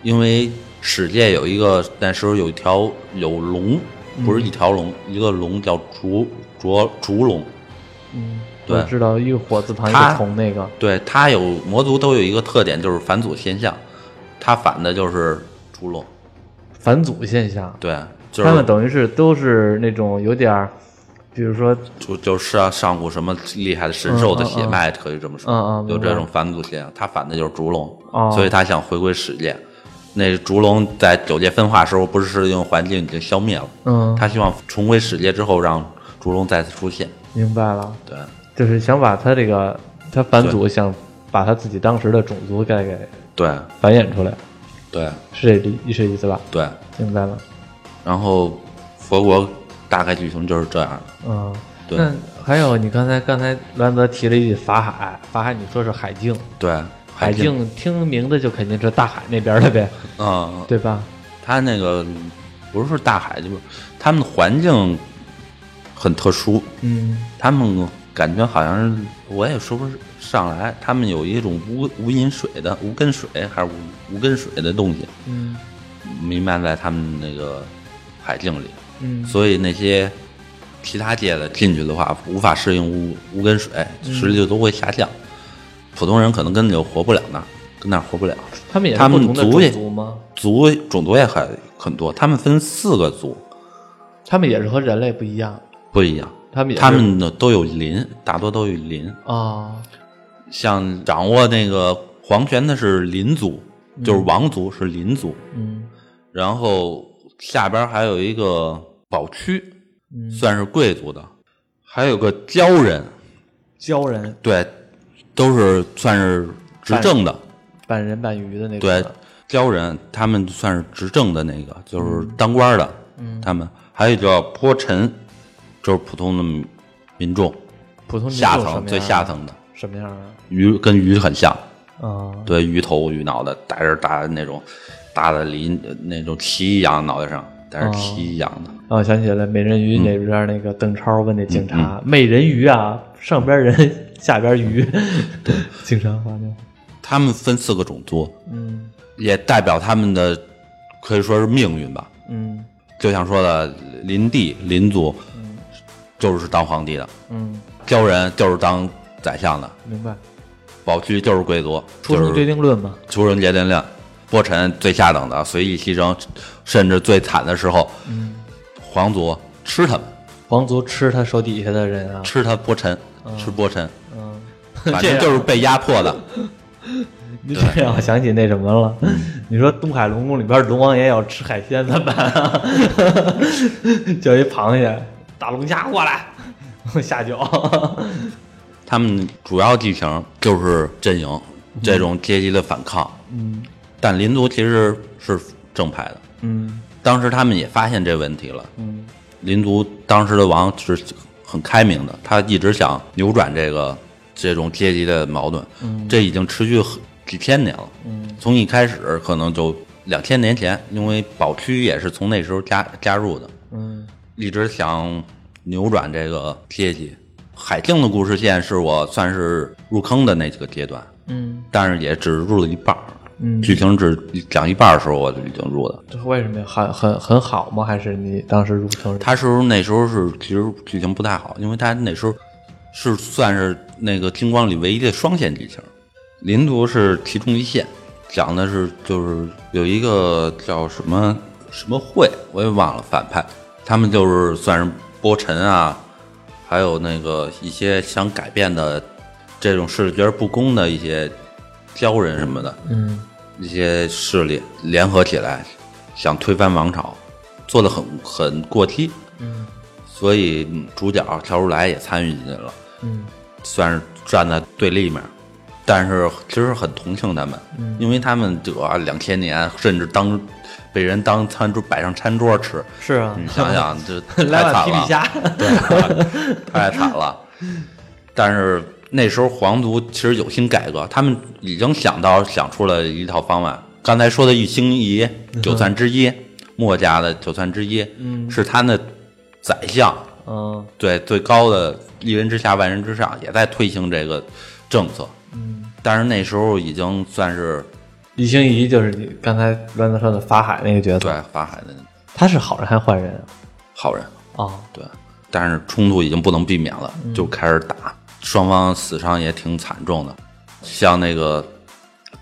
[SPEAKER 4] 因为史界有一个那时候有一条有龙，
[SPEAKER 2] 嗯
[SPEAKER 4] 不是一条龙，一个龙叫烛灼烛龙，
[SPEAKER 2] 嗯，
[SPEAKER 4] 对
[SPEAKER 2] 我知道一个火字旁一
[SPEAKER 4] 他
[SPEAKER 2] 个虫那个。
[SPEAKER 4] 对，它有魔族都有一个特点就是反祖现象，它反的就是烛龙，
[SPEAKER 2] 返祖现象，
[SPEAKER 4] 对，就
[SPEAKER 2] 他们
[SPEAKER 4] 是
[SPEAKER 2] 等于是都是那种有点儿，比如说，
[SPEAKER 4] 就就是啊，上古什么厉害的神兽的血脉，可以这么说，
[SPEAKER 2] 嗯嗯
[SPEAKER 4] 有
[SPEAKER 2] 明白
[SPEAKER 4] 这种反祖现象，它反的就是烛龙，
[SPEAKER 2] 哦
[SPEAKER 4] 所以他想回归史界。那烛龙在九界分化时候，不是用环境已经消灭了，
[SPEAKER 2] 嗯，
[SPEAKER 4] 他希望重回史界之后，让烛龙再次出现，
[SPEAKER 2] 明白了，
[SPEAKER 4] 对。
[SPEAKER 2] 就是想把他这个他返祖，想把他自己当时的种族给给
[SPEAKER 4] 对
[SPEAKER 2] 繁衍出来，
[SPEAKER 4] 对
[SPEAKER 2] 是这理是这意思吧？
[SPEAKER 4] 对，
[SPEAKER 2] 明白了，
[SPEAKER 4] 然后佛国大概剧情就是这样的。
[SPEAKER 2] 嗯，
[SPEAKER 4] 对
[SPEAKER 2] 那还有你刚才刚才栾泽提了一句法海，法海你说是海境，
[SPEAKER 4] 对，
[SPEAKER 2] 海
[SPEAKER 4] 静，
[SPEAKER 2] 境听名字就肯定是大海那边儿的呗，
[SPEAKER 4] 嗯，
[SPEAKER 2] 对吧？
[SPEAKER 4] 它那个不是大海，就是他们的环境很特殊，
[SPEAKER 2] 嗯
[SPEAKER 4] 他们感觉好像是我也说不上来，他们有一种无无饮水的无根水还是无无根水的东西
[SPEAKER 2] 嗯
[SPEAKER 4] 弥漫在他们那个海境里，
[SPEAKER 2] 嗯
[SPEAKER 4] 所以那些。其他界的进去的话，无法适应无无根水，实力就都会下降。普通人可能根本就活不了那儿，跟那儿活不了。
[SPEAKER 2] 他们也是
[SPEAKER 4] 他
[SPEAKER 2] 不
[SPEAKER 4] 们
[SPEAKER 2] 同的
[SPEAKER 4] 族也
[SPEAKER 2] 种族吗？
[SPEAKER 4] 族种族也很很多，他们分四个族，
[SPEAKER 2] 他们也是和人类不一样，
[SPEAKER 4] 不一样。
[SPEAKER 2] 他们也是
[SPEAKER 4] 他们呢都有林，大多都有林。
[SPEAKER 2] 啊，
[SPEAKER 4] 像掌握那个皇权的是林族，就是王族是林族，
[SPEAKER 2] 嗯
[SPEAKER 4] 然后下边还有一个宝区，
[SPEAKER 2] 嗯，
[SPEAKER 4] 算是贵族的，还有个鲛人，
[SPEAKER 2] 鲛人
[SPEAKER 4] 对，都是算是执政的，
[SPEAKER 2] 半人半鱼的那种
[SPEAKER 4] 对
[SPEAKER 2] 的，
[SPEAKER 4] 鲛人他们算是执政的那个，
[SPEAKER 2] 嗯
[SPEAKER 4] 就是当官的，他们还有一个叫泼臣，就是普通的民民众，
[SPEAKER 2] 普通民众
[SPEAKER 4] 下
[SPEAKER 2] 什么样
[SPEAKER 4] 层
[SPEAKER 2] 啊
[SPEAKER 4] 最下层的
[SPEAKER 2] 什么样啊？
[SPEAKER 4] 鱼跟鱼很像，
[SPEAKER 2] 嗯，
[SPEAKER 4] 对，鱼头鱼脑的，带着大的那种大的鳞，那种鳍一样的脑袋上，带着鳍一样的。
[SPEAKER 2] 啊，我想起来美人鱼那边那个邓超问那警
[SPEAKER 4] 嗯
[SPEAKER 2] 察，美人鱼啊，上边人，下边鱼， 警察画面，
[SPEAKER 4] 他们分四个种族，
[SPEAKER 2] 嗯
[SPEAKER 4] 也代表他们的可以说是命运吧。
[SPEAKER 2] 嗯
[SPEAKER 4] 就像说的，林地林族就是当皇帝的，
[SPEAKER 2] 嗯，
[SPEAKER 4] 鲛人就是当宰相的，
[SPEAKER 2] 明白，
[SPEAKER 4] 宝驹就是贵族，
[SPEAKER 2] 出
[SPEAKER 4] 就
[SPEAKER 2] 生
[SPEAKER 4] 是
[SPEAKER 2] 决定论嘛，
[SPEAKER 4] 屠人节定令，波臣最下等的随意牺牲，甚至最惨的时候，皇族吃他们，
[SPEAKER 2] 皇族吃他手底下的人啊，
[SPEAKER 4] 吃他波臣，吃波臣，
[SPEAKER 2] 嗯，
[SPEAKER 4] 反正就是被压迫的。
[SPEAKER 2] 你这让我想起那什么了。你说东海龙宫里边龙王爷要吃海鲜怎么办 啊？叫一螃蟹，大龙虾过来，下酒。
[SPEAKER 4] 他们主要剧情就是阵营这种阶级的反抗，
[SPEAKER 2] 嗯
[SPEAKER 4] 但林族其实是正派的。
[SPEAKER 2] 嗯
[SPEAKER 4] 当时他们也发现这问题了，
[SPEAKER 2] 嗯
[SPEAKER 4] 林族当时的王是很开明的，他一直想扭转这个这种阶级的矛盾，这已经持续很几千年了。
[SPEAKER 2] 嗯
[SPEAKER 4] 从一开始可能就两千年前，因为宝区也是从那时候加加入的，
[SPEAKER 2] 嗯
[SPEAKER 4] 一直想扭转这个阶级。海静的故事线是我算是入坑的那几个阶段，
[SPEAKER 2] 嗯
[SPEAKER 4] 但是也只入了一半儿，
[SPEAKER 2] 嗯，
[SPEAKER 4] 剧情只讲一半儿的时候我就已经入的。
[SPEAKER 2] 这为什么呀？很很很好吗？还是你当时入坑？
[SPEAKER 4] 他是不是那时候是其实剧情不太好，因为他那时候是算是那个金光里唯一的双线剧情，林族是其中一线，讲的是就是有一个叫什么什么会，我也忘了反派，他们就是算是波臣啊，还有那个一些想改变的这种视觉得不公的一些鲛人什么的，
[SPEAKER 2] 嗯
[SPEAKER 4] 一些势力联合起来，想推翻王朝，做的很很过激，
[SPEAKER 2] 嗯
[SPEAKER 4] 所以嗯主角乔如来也参与进去了，
[SPEAKER 2] 嗯
[SPEAKER 4] 算是站在对立面。但是其实很同情他们，
[SPEAKER 2] 嗯
[SPEAKER 4] 因为他们得两千年，甚至当被人当餐桌摆上餐桌吃，
[SPEAKER 2] 是啊，
[SPEAKER 4] 你想想这
[SPEAKER 2] 来
[SPEAKER 4] 太
[SPEAKER 2] 碗
[SPEAKER 4] 惨
[SPEAKER 2] 皮皮
[SPEAKER 4] 了，
[SPEAKER 2] 虾。
[SPEAKER 4] 对， 太惨了。但是那时候皇族其实有心改革，他们已经想到想出了一套方案。刚才说的玉兴仪九算之一，墨家的九算之一，
[SPEAKER 2] 嗯
[SPEAKER 4] 是他那宰相
[SPEAKER 2] 嗯
[SPEAKER 4] 对最高的一人之下万人之上也在推行这个政策，
[SPEAKER 2] 嗯，
[SPEAKER 4] 但是那时候已经算是
[SPEAKER 2] 李星怡就是你刚才乱子说的法海那个角色，
[SPEAKER 4] 对法海的
[SPEAKER 2] 他是好人还是坏人啊？
[SPEAKER 4] 好人，
[SPEAKER 2] 哦
[SPEAKER 4] 对，但是冲突已经不能避免了，
[SPEAKER 2] 嗯
[SPEAKER 4] 就开始打，双方死伤也挺惨重的，像那个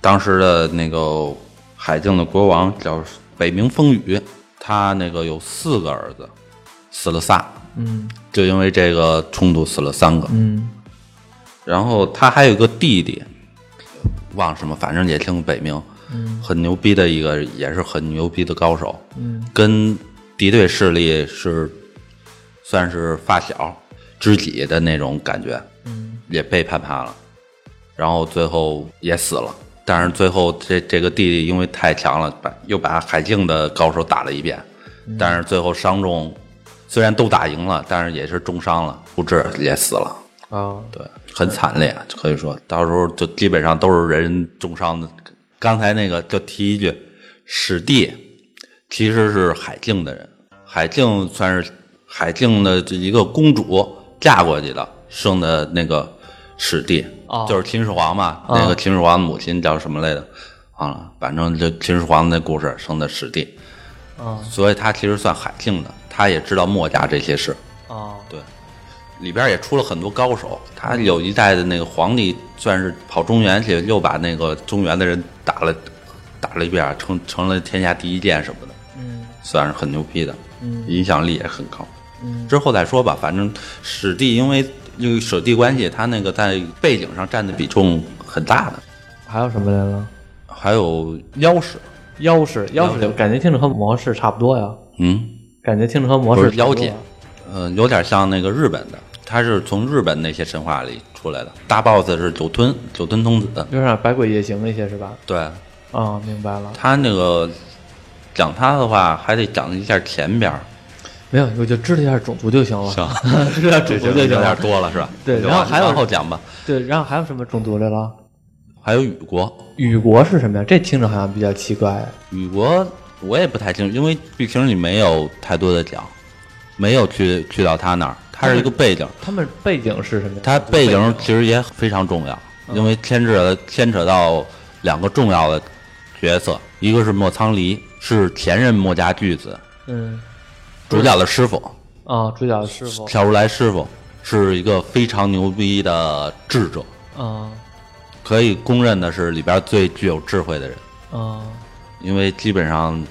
[SPEAKER 4] 当时的那个海静的国王叫北冥风雨，他那个有四个儿子，死了仨，
[SPEAKER 2] 嗯
[SPEAKER 4] 就因为这个冲突死了三个，
[SPEAKER 2] 嗯
[SPEAKER 4] 然后他还有个弟弟，忘什么，反正也姓北冥，
[SPEAKER 2] 嗯
[SPEAKER 4] 很牛逼的一个，也是很牛逼的高手，
[SPEAKER 2] 嗯
[SPEAKER 4] 跟敌对势力是算是发小、知己的那种感觉，
[SPEAKER 2] 嗯
[SPEAKER 4] 也背叛他了，然后最后也死了。但是最后这这个弟弟因为太强了，把又把海静的高手打了一遍，但是最后伤重，虽然都打赢了，但是也是重伤了，不治也死了。
[SPEAKER 2] 啊，
[SPEAKER 4] 对，很惨烈，可以说到时候就基本上都是人重伤的。刚才那个就提一句，史帝其实是海静的人，海静算是海静的这一个公主嫁过去的，生的那个史帝，
[SPEAKER 2] 哦
[SPEAKER 4] 就是秦始皇嘛，
[SPEAKER 2] 哦
[SPEAKER 4] 那个秦始皇的母亲叫什么来着？忘了，反正就秦始皇的故事生的史帝，
[SPEAKER 2] 啊
[SPEAKER 4] 所以他其实算海静的，他也知道墨家这些事。
[SPEAKER 2] 啊，
[SPEAKER 4] 对，里边也出了很多高手。他
[SPEAKER 2] 嗯
[SPEAKER 4] 有一代的那个皇帝，算是跑中原去，又把那个中原的人打了打了一遍，成成了天下第一剑什么的，
[SPEAKER 2] 嗯
[SPEAKER 4] 算是很牛逼的，
[SPEAKER 2] 嗯
[SPEAKER 4] 影响力也很高。
[SPEAKER 2] 嗯
[SPEAKER 4] 之后再说吧，反正史帝因为因为舍弟关系，他那个在背景上占的比重很大的。
[SPEAKER 2] 还有什么来着？
[SPEAKER 4] 还有妖氏，
[SPEAKER 2] 妖氏，妖氏感觉听着和魔氏差不多呀，
[SPEAKER 4] 嗯，
[SPEAKER 2] 感觉听着和魔氏
[SPEAKER 4] 不是
[SPEAKER 2] 差不多
[SPEAKER 4] 妖姐呃，有点像那个日本的，他是从日本那些神话里出来的。大 boss 是酒吞，酒吞童子，
[SPEAKER 2] 有点像百鬼夜行那些是吧？
[SPEAKER 4] 对，
[SPEAKER 2] 啊，明白了。
[SPEAKER 4] 他那个讲他的话，还得讲一下前边儿，
[SPEAKER 2] 没有，我就知道一下种族就行了，
[SPEAKER 4] 行
[SPEAKER 2] 知道种族就行
[SPEAKER 4] 有点
[SPEAKER 2] 了。
[SPEAKER 4] 多了是吧？
[SPEAKER 2] 对
[SPEAKER 4] 就
[SPEAKER 2] 然后
[SPEAKER 4] 往
[SPEAKER 2] 还有
[SPEAKER 4] 往后讲吧，
[SPEAKER 2] 对，然后还有什么种族来了？
[SPEAKER 4] 还有雨国。
[SPEAKER 2] 雨国是什么呀？这听着好像比较奇怪。
[SPEAKER 4] 雨国我也不太清楚，因为剧情里没有太多的讲，没有去去到他那儿，他是一个背景，
[SPEAKER 2] 他们背景是什么呀？
[SPEAKER 4] 他背景其实也非常重要，因为牵扯牵扯到两个重要的角色，一个是莫仓离，是前任墨家巨子
[SPEAKER 2] 嗯
[SPEAKER 4] 主角的师傅，
[SPEAKER 2] 啊，主角师傅
[SPEAKER 4] 跳如来师傅是一个非常牛逼的智者，
[SPEAKER 2] 啊
[SPEAKER 4] 可以公认的是里边最具有智慧的人。
[SPEAKER 2] 啊
[SPEAKER 4] 因为基本上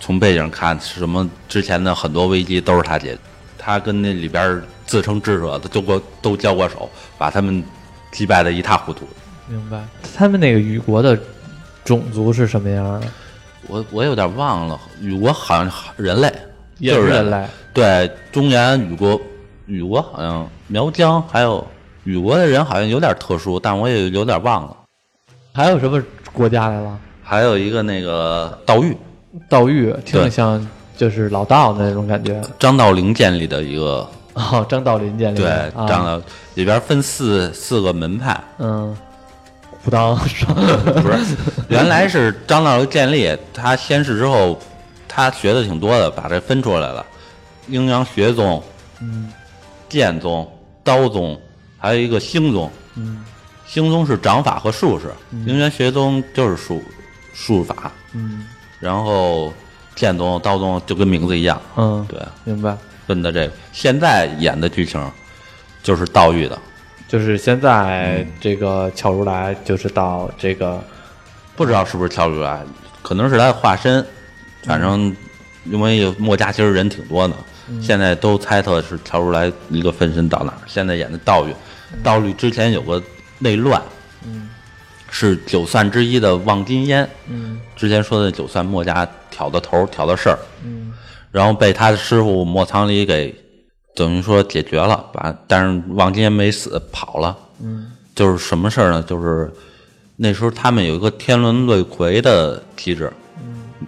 [SPEAKER 4] 从背景看，什么之前的很多危机都是他解决，他跟那里边自称智者的都过都交过手，把他们击败的一塌糊涂。
[SPEAKER 2] 明白。他们那个雨国的种族是什么样的？
[SPEAKER 4] 我我有点忘了，雨国好像人类，
[SPEAKER 2] 也
[SPEAKER 4] 就是是
[SPEAKER 2] 人类。
[SPEAKER 4] 对，中原雨国，雨国好像苗疆还有雨国的人好像有点特殊，但我也有点忘了。
[SPEAKER 2] 还有什么国家来了？
[SPEAKER 4] 还有一个那个道玉，
[SPEAKER 2] 道玉听着
[SPEAKER 4] 对
[SPEAKER 2] 像就是老道那种感觉。
[SPEAKER 4] 张道陵建立的一个，
[SPEAKER 2] 哦，张道陵建立
[SPEAKER 4] 对
[SPEAKER 2] 的。，啊、
[SPEAKER 4] 张道里边分四四个 门派，
[SPEAKER 2] 嗯，武当
[SPEAKER 4] 不是，原来是张道陵建立，他先是之后，他学的挺多的，把这分出来了，阴阳学宗，
[SPEAKER 2] 嗯，
[SPEAKER 4] 剑宗、刀宗，还有一个星宗，
[SPEAKER 2] 嗯
[SPEAKER 4] 星宗是掌法和术士，阴阳学宗就是术术法，
[SPEAKER 2] 嗯
[SPEAKER 4] 然后剑宗、刀宗就跟名字一样，
[SPEAKER 2] 嗯，
[SPEAKER 4] 对，
[SPEAKER 2] 明白。
[SPEAKER 4] 分的这个。现在演的剧情就是道玉的，
[SPEAKER 2] 就是现在这个巧如来就是到这个
[SPEAKER 4] 不知道是不是乔治来，可能是他的化身。反正因为墨家其实人挺多的，
[SPEAKER 2] 嗯
[SPEAKER 4] 现在都猜测是乔治来一个分身到哪儿。现在演的道玉，道玉之前有个内乱，
[SPEAKER 2] 嗯
[SPEAKER 4] 是九算之一的望金烟，
[SPEAKER 2] 嗯
[SPEAKER 4] 之前说的九算墨家挑的头儿挑的事儿，
[SPEAKER 2] 嗯
[SPEAKER 4] 然后被他的师傅莫藏离给等于说解决了，把但是望金烟没死跑了。
[SPEAKER 2] 嗯
[SPEAKER 4] 就是什么事儿呢？就是那时候他们有一个天伦轮回的机制，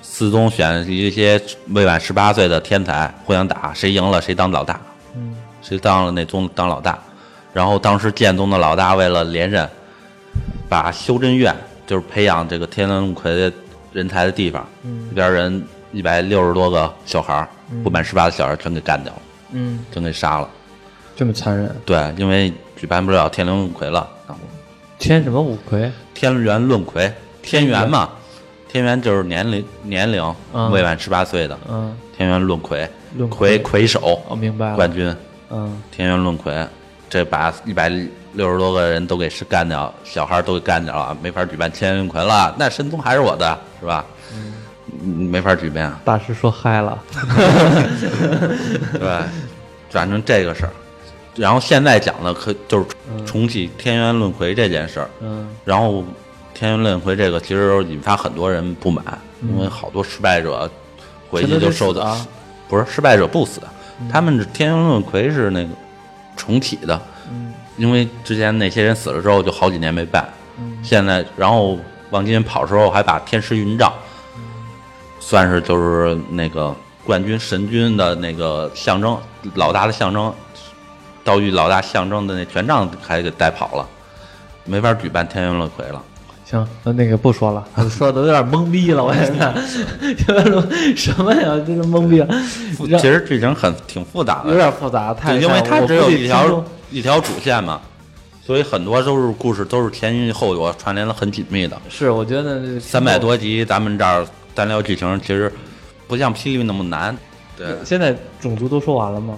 [SPEAKER 4] 四宗选一些未满十八岁的天才互相打，谁赢了谁当老大，
[SPEAKER 2] 嗯
[SPEAKER 4] 谁当了那宗当老大。然后当时剑宗的老大为了连任，把修真院就是培养这个天伦轮回的人才的地方，里边人一百六十多个小孩儿，不满十八的小孩儿全给干掉了，
[SPEAKER 2] 嗯，
[SPEAKER 4] 全给杀了。
[SPEAKER 2] 这么残忍，
[SPEAKER 4] 对，因为举办不了天伦轮回了，然后
[SPEAKER 2] 天什么五魁？
[SPEAKER 4] 天元论魁，天元嘛，天元就是年龄年龄
[SPEAKER 2] 嗯
[SPEAKER 4] 未满十八岁的
[SPEAKER 2] 嗯，
[SPEAKER 4] 天元论魁，
[SPEAKER 2] 论魁
[SPEAKER 4] 魁魁首
[SPEAKER 2] 我明白
[SPEAKER 4] 冠
[SPEAKER 2] 了。
[SPEAKER 4] 军，
[SPEAKER 2] 嗯
[SPEAKER 4] 天元论魁，这把一百六十多个人都给是干掉，小孩都给干掉了，没法举办天元论魁了，那神宗还是我的，是吧？嗯，没法举 办，
[SPEAKER 2] 大师说嗨了，
[SPEAKER 4] 对，反正这个事儿，然后现在讲的可就是重启天元论魁这件事儿，
[SPEAKER 2] 嗯
[SPEAKER 4] 然后天元轮回这个其实引发很多人不满，因为好多失败者回去就受到、
[SPEAKER 2] 嗯全都得死啊嗯
[SPEAKER 4] 不是失败者不死，他们是天元轮回是那个重启的，
[SPEAKER 2] 嗯
[SPEAKER 4] 因为之前那些人死了之后就好几年没办，
[SPEAKER 2] 嗯
[SPEAKER 4] 现在然后王金跑的时候还把天师云杖，
[SPEAKER 2] 嗯
[SPEAKER 4] 算是就是那个冠军神军的那个象征，老大的象征，道玉老大象征的那权杖还给带跑了。没法举办天元轮回了。
[SPEAKER 2] 行，那那个不说了， 说的有点懵逼了，我现在 什么呀，这是懵逼了，让
[SPEAKER 4] 其实剧情很挺复杂
[SPEAKER 2] 有
[SPEAKER 4] 的，
[SPEAKER 2] 点复杂，太
[SPEAKER 4] 对因为它只有一条
[SPEAKER 2] 我估计听
[SPEAKER 4] 一条主线嘛，所以很多都是故事都是前因后果串联的很紧密的。
[SPEAKER 2] 众是我觉得
[SPEAKER 4] 三百。多集，咱们这儿单聊剧情其实不像霹雳那么难，对，
[SPEAKER 2] 现在种族都说完了吗？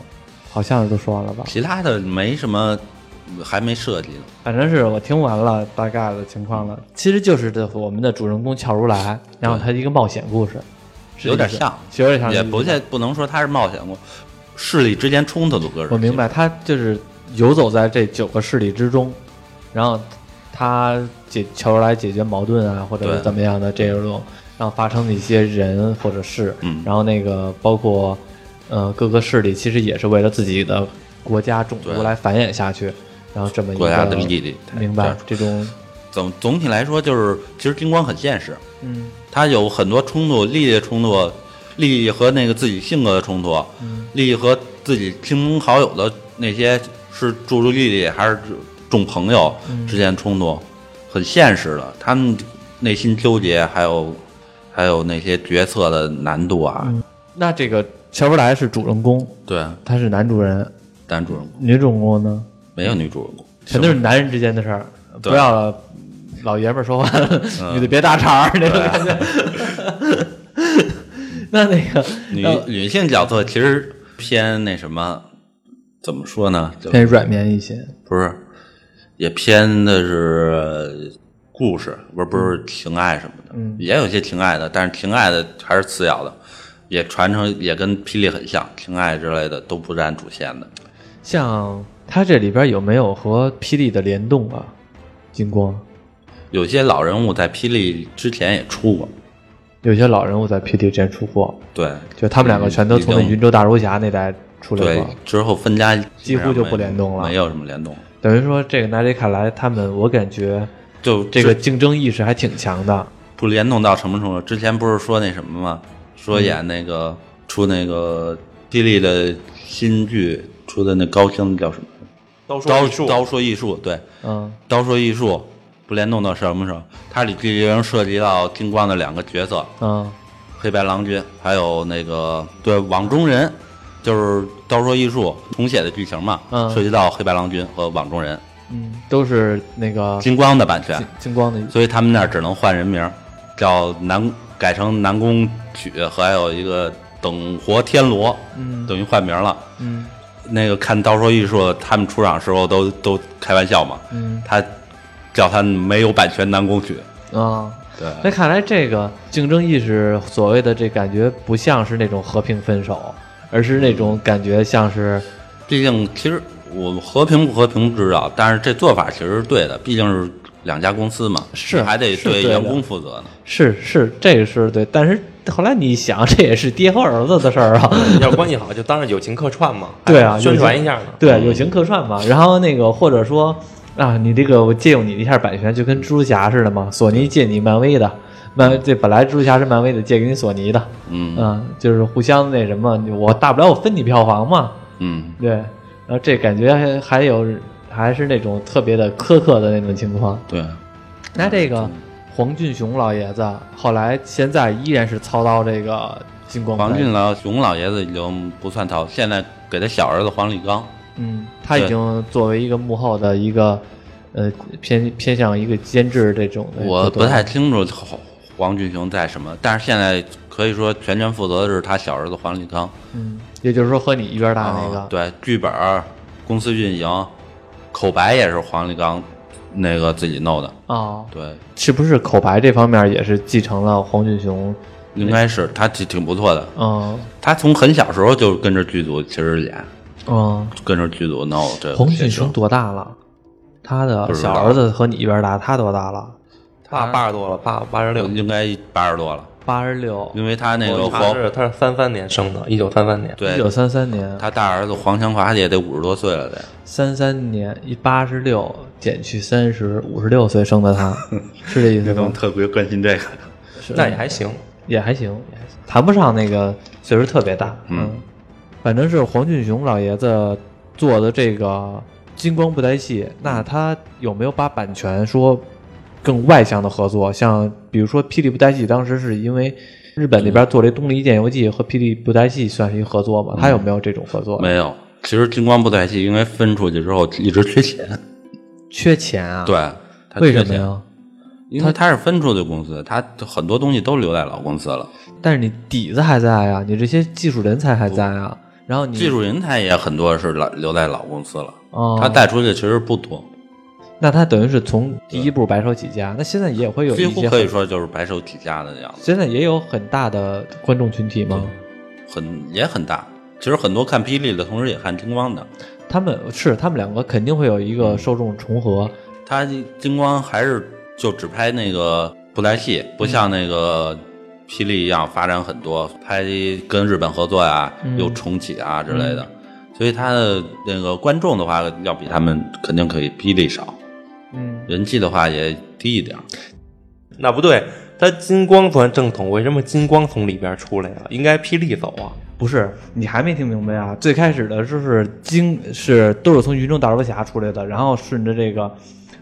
[SPEAKER 2] 好像是都说完了吧？
[SPEAKER 4] 其他的没什么，还没设计呢。
[SPEAKER 2] 反正是我听完了大概的情况了，其实就是这我们的主人公俏如来，然后他一个冒险故事，是
[SPEAKER 4] 有点
[SPEAKER 2] 这意思
[SPEAKER 4] 像
[SPEAKER 2] 其实有点像，
[SPEAKER 4] 也不太。不能说它是冒险故事，势力之间冲突的个人。
[SPEAKER 2] 我明白，他就是游走在这九个势力之中，然后他解乔如来解决矛盾啊，或者是
[SPEAKER 4] 对
[SPEAKER 2] 怎么样的这一种，然后发生的一些人或者事，
[SPEAKER 4] 嗯
[SPEAKER 2] 然后那个包括呃各个势力其实也是为了自己的国家种族
[SPEAKER 4] 对
[SPEAKER 2] 来繁衍下去，然后这么一个
[SPEAKER 4] 国家的利益，
[SPEAKER 2] 明白这
[SPEAKER 4] 对
[SPEAKER 2] 种
[SPEAKER 4] 总总体来说就是，其实金光很现实，
[SPEAKER 2] 嗯。
[SPEAKER 4] 他有很多冲突，利益的冲突，利益和那个自己性格的冲突，利益和自己亲朋好友的那些是注入利益还是重朋友之间冲突，很现实的，他们内心纠结，还有还有那些决策的难度啊，
[SPEAKER 2] 那这个乔布莱是主人公，
[SPEAKER 4] 对，
[SPEAKER 2] 他是男主人，
[SPEAKER 4] 男主人公
[SPEAKER 2] 女主人公呢，
[SPEAKER 4] 没有女主人公，
[SPEAKER 2] 全都是男人之间的事儿，不
[SPEAKER 4] 对嗯
[SPEAKER 2] 要老爷们儿说话，女的别搭茬儿那种感觉。 那那个
[SPEAKER 4] 女女性角色其实偏那什么，怎么说呢？就
[SPEAKER 2] 偏软绵一些，
[SPEAKER 4] 不是，也偏的是故事，不是不
[SPEAKER 2] 嗯
[SPEAKER 4] 是情爱什么的，也有一些情爱的，但是情爱的还是次要的，也传承也跟霹雳很像，情爱之类的都不占主线的。
[SPEAKER 2] 像他这里边有没有和霹雳的联动啊？金光
[SPEAKER 4] 有些老人物在霹雳之前也出过，
[SPEAKER 2] 有些老人物在霹雳之前出过，
[SPEAKER 4] 对
[SPEAKER 2] 就他们两个全都从那
[SPEAKER 4] 嗯已经
[SPEAKER 2] 云州大游侠那代出来
[SPEAKER 4] 对
[SPEAKER 2] 过，，
[SPEAKER 4] 之后分家
[SPEAKER 2] 几乎就不联动了
[SPEAKER 4] 没有什么联动，
[SPEAKER 2] 等于说这个纳里卡莱他们，我感觉
[SPEAKER 4] 就
[SPEAKER 2] 这个
[SPEAKER 4] 之
[SPEAKER 2] 竞争意识还挺强的。
[SPEAKER 4] 不联动到什么程度？之前不是说那什么吗？
[SPEAKER 2] 嗯
[SPEAKER 4] 说演那个、出那个霹雳的新剧出的那高清叫什么？
[SPEAKER 5] 都
[SPEAKER 4] 刀刀说艺术，对，
[SPEAKER 2] 嗯，
[SPEAKER 4] 刀说艺术不联动到什么时候？它里边能涉及到金光的两个角色，
[SPEAKER 2] 嗯，
[SPEAKER 4] 黑白郎君，还有那个对网中人，就是刀说艺术重写的剧情嘛，
[SPEAKER 2] 嗯
[SPEAKER 4] 涉及到黑白郎君和网中人，
[SPEAKER 2] 嗯，都是那个
[SPEAKER 4] 金光的版权
[SPEAKER 2] 金，金光 的，
[SPEAKER 4] 所以他们那儿只能换人名儿，叫南改成南宫曲，还有一个等活天罗，
[SPEAKER 2] 嗯
[SPEAKER 4] 等于换名了。
[SPEAKER 2] 嗯
[SPEAKER 4] 那个看刀说艺术他们出场时候都都开玩笑嘛，
[SPEAKER 2] 嗯
[SPEAKER 4] 他叫他没有版权南宫曲，
[SPEAKER 2] 啊。
[SPEAKER 4] 对，
[SPEAKER 2] 那看来这个竞争意识，所谓的这感觉不像是那种和平分手，而是那种感觉像是
[SPEAKER 4] 毕竟其实我和平不和平不知道，但是这做法其实是对的，毕竟是两家公司嘛，
[SPEAKER 2] 是
[SPEAKER 4] 还得
[SPEAKER 2] 是对的
[SPEAKER 4] 员工负责呢。
[SPEAKER 2] 是是这个是对，但是后来你想，这也是爹和儿子的事儿啊。
[SPEAKER 5] 要是关系好，就当是友情客串嘛，
[SPEAKER 2] 对啊
[SPEAKER 5] 还宣
[SPEAKER 2] 友
[SPEAKER 5] 传
[SPEAKER 2] 情
[SPEAKER 5] 一下呢。
[SPEAKER 2] 对，友情客串嘛。然后那个或者说啊，你这个我借用你一下版权，就跟蜘蛛侠似的嘛，索尼借你漫威的，漫这本来蜘蛛侠是漫威的，借给你索尼的，
[SPEAKER 4] 嗯
[SPEAKER 2] 啊，就是互相那什么，我大不了我分你票房嘛，
[SPEAKER 4] 嗯，
[SPEAKER 2] 对。然后这感觉还还有还是那种特别的苛刻的那种情况。
[SPEAKER 4] 对，
[SPEAKER 2] 那这个黄俊雄老爷子后来现在依然是操刀这个金光
[SPEAKER 4] 黄
[SPEAKER 2] 派
[SPEAKER 4] 俊老熊老爷子已经不算逃，现在给他小儿子黄立刚。
[SPEAKER 2] 嗯，他已经作为一个幕后的一个，呃，偏偏向一个监制这种的。
[SPEAKER 4] 我不太清楚黄黄俊雄在什么，但是现在可以说全权负责的是他小儿子黄立刚。
[SPEAKER 2] 嗯，也就是说和你一边大那个。
[SPEAKER 4] 啊对，剧本儿、公司运营、口白也是黄立刚那个自己弄的。
[SPEAKER 2] 哦，
[SPEAKER 4] 对，
[SPEAKER 2] 是不是口白这方面也是继承了黄俊雄？
[SPEAKER 4] 应该是他挺挺不错的。
[SPEAKER 2] 嗯
[SPEAKER 4] 他从很小时候就跟着剧组其实演，
[SPEAKER 2] 嗯，
[SPEAKER 4] 跟着剧组弄这个。
[SPEAKER 2] 黄俊雄，多大了？他的
[SPEAKER 4] 不知
[SPEAKER 2] 小
[SPEAKER 4] 道
[SPEAKER 2] 儿子和你一边大，他多大了？
[SPEAKER 5] 他八十多了，八八十六。
[SPEAKER 4] 应该八十多了，
[SPEAKER 2] 八十六，
[SPEAKER 4] 因为他那个
[SPEAKER 5] 我查
[SPEAKER 4] 黄，
[SPEAKER 5] 是他是三三年生的，一九三三年。
[SPEAKER 2] 一
[SPEAKER 4] 对
[SPEAKER 2] 九三三年，
[SPEAKER 4] 他大儿子黄强华也得五十多岁了得。
[SPEAKER 2] 三三年一八十六减去三十五十六岁生的 他，是这意思吗？
[SPEAKER 4] 特别关心这个，
[SPEAKER 2] 是
[SPEAKER 5] 那也还行，
[SPEAKER 2] 也还行，也还行谈不上那个岁数特别大。
[SPEAKER 4] 嗯，
[SPEAKER 2] 反正是黄俊雄老爷子做的这个金光布袋戏，那他有没有把版权说更外向的合作？像比如说霹雳布袋戏，当时是因为日本那边做了一《东篱剑游记》和霹雳布袋戏算是一合作嘛？他有没有这种合作？
[SPEAKER 4] 嗯没有。其实金光布袋戏应该分出去之后一直缺钱，
[SPEAKER 2] 缺钱啊？，
[SPEAKER 4] 对，他
[SPEAKER 2] 为
[SPEAKER 4] 缺
[SPEAKER 2] 什么
[SPEAKER 4] 钱？
[SPEAKER 2] 呀？
[SPEAKER 4] 因为他是分出去公司，他很多东西都留在老公司了，
[SPEAKER 2] 但是你底子还在啊，你这些技术人才还在啊，然后你
[SPEAKER 4] 技术人才也很多是老留在老公司了，
[SPEAKER 2] 哦，
[SPEAKER 4] 他带出去其实不多，
[SPEAKER 2] 那他等于是从第一步白手起家，那现在也会有
[SPEAKER 4] 几
[SPEAKER 2] 一
[SPEAKER 4] 乎
[SPEAKER 2] 些
[SPEAKER 4] 可以
[SPEAKER 2] 很，
[SPEAKER 4] 说就是白手起家的样子，
[SPEAKER 2] 现在也有很大的观众群体吗？
[SPEAKER 4] 很也很大。其实很多看霹雳的同时也看金光的，
[SPEAKER 2] 他们是他们两个肯定会有一个受众重合，
[SPEAKER 4] 他金光还是就只拍那个布袋戏，不像那个霹雳一样发展很多，拍跟日本合作呀、
[SPEAKER 2] 嗯
[SPEAKER 4] 又重启啊之类的，所以他的那个观众的话，要比他们肯定可以霹雳少，
[SPEAKER 2] 嗯，
[SPEAKER 4] 人气的话也低一点儿。
[SPEAKER 5] 那不对，他金光算正统，为什么金光从里边出来了？应该霹雳走啊。
[SPEAKER 2] 不是你还没听明白啊？最开始的就是金是都是从云中大游侠出来的，然后顺着这个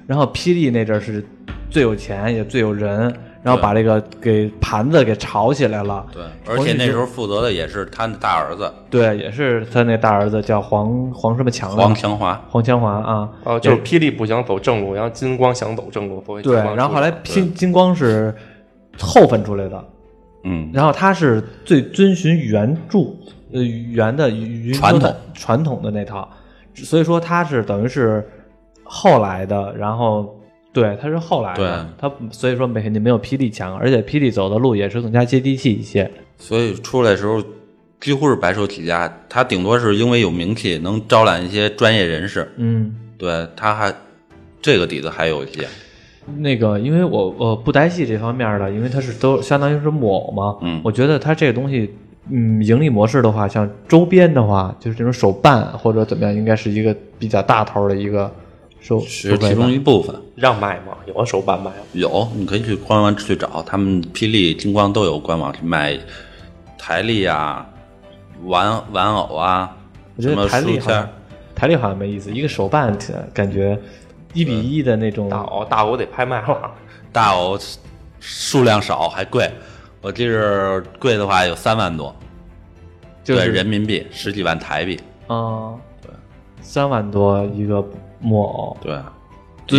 [SPEAKER 2] 然后霹雳那阵儿是最有钱也最有人，然后把这个给盘子给炒起来了。
[SPEAKER 1] 对，
[SPEAKER 4] 而且那时候负责的也是他的大儿子
[SPEAKER 2] 对，也是他那大儿子叫黄黄什么强啊
[SPEAKER 4] 黄强华，
[SPEAKER 2] 黄强华啊。
[SPEAKER 5] 哦，就是霹雳不想走正路，然后金光想走正路，所以
[SPEAKER 2] 对，
[SPEAKER 5] 金光
[SPEAKER 2] 然后
[SPEAKER 5] 出
[SPEAKER 2] 后来
[SPEAKER 5] 了
[SPEAKER 2] 金金光是后分出来的，
[SPEAKER 4] 嗯，
[SPEAKER 2] 然后他是最遵循原著呃原的原
[SPEAKER 4] 传
[SPEAKER 2] 著的
[SPEAKER 4] 统
[SPEAKER 2] 传统的那套，所以说他是等于是后来的，然后对他是后来的，他所以说没肯定没有霹雳强，而且霹雳走的路也是更加接地气一些。
[SPEAKER 4] 所以出来的时候几乎是白手起家，他顶多是因为有名气能招揽一些专业人士，
[SPEAKER 2] 嗯，
[SPEAKER 4] 对，他还这个底子还有一些，
[SPEAKER 2] 那个，因为我我布袋戏这方面的，因为它是都相当于是木偶嘛，
[SPEAKER 4] 嗯
[SPEAKER 2] 我觉得它这个东西，嗯，盈利模式的话，像周边的话，就是这种手办或者怎么样，应该是一个比较大头的一个收收
[SPEAKER 4] 只是
[SPEAKER 2] 费
[SPEAKER 4] 其中
[SPEAKER 2] 吧。
[SPEAKER 4] 一部分。
[SPEAKER 5] 让卖吗？有的手办卖吗？
[SPEAKER 4] 有，你可以去官网去找，他们霹雳、金光都有官网去卖台历啊、玩玩偶啊，
[SPEAKER 2] 我觉
[SPEAKER 4] 什么
[SPEAKER 2] 得台历
[SPEAKER 4] 书
[SPEAKER 2] 好像
[SPEAKER 4] 签。
[SPEAKER 2] 台历好像没意思，一个手办挺感觉一比一的那种，
[SPEAKER 5] 大
[SPEAKER 4] 嗯
[SPEAKER 5] 偶大偶得拍卖了，
[SPEAKER 4] 大偶数量少还贵，我记着贵的话有三万多，
[SPEAKER 2] 就是
[SPEAKER 4] 对人民币十几万台币，
[SPEAKER 2] 嗯，三万多一个木偶，
[SPEAKER 4] 对，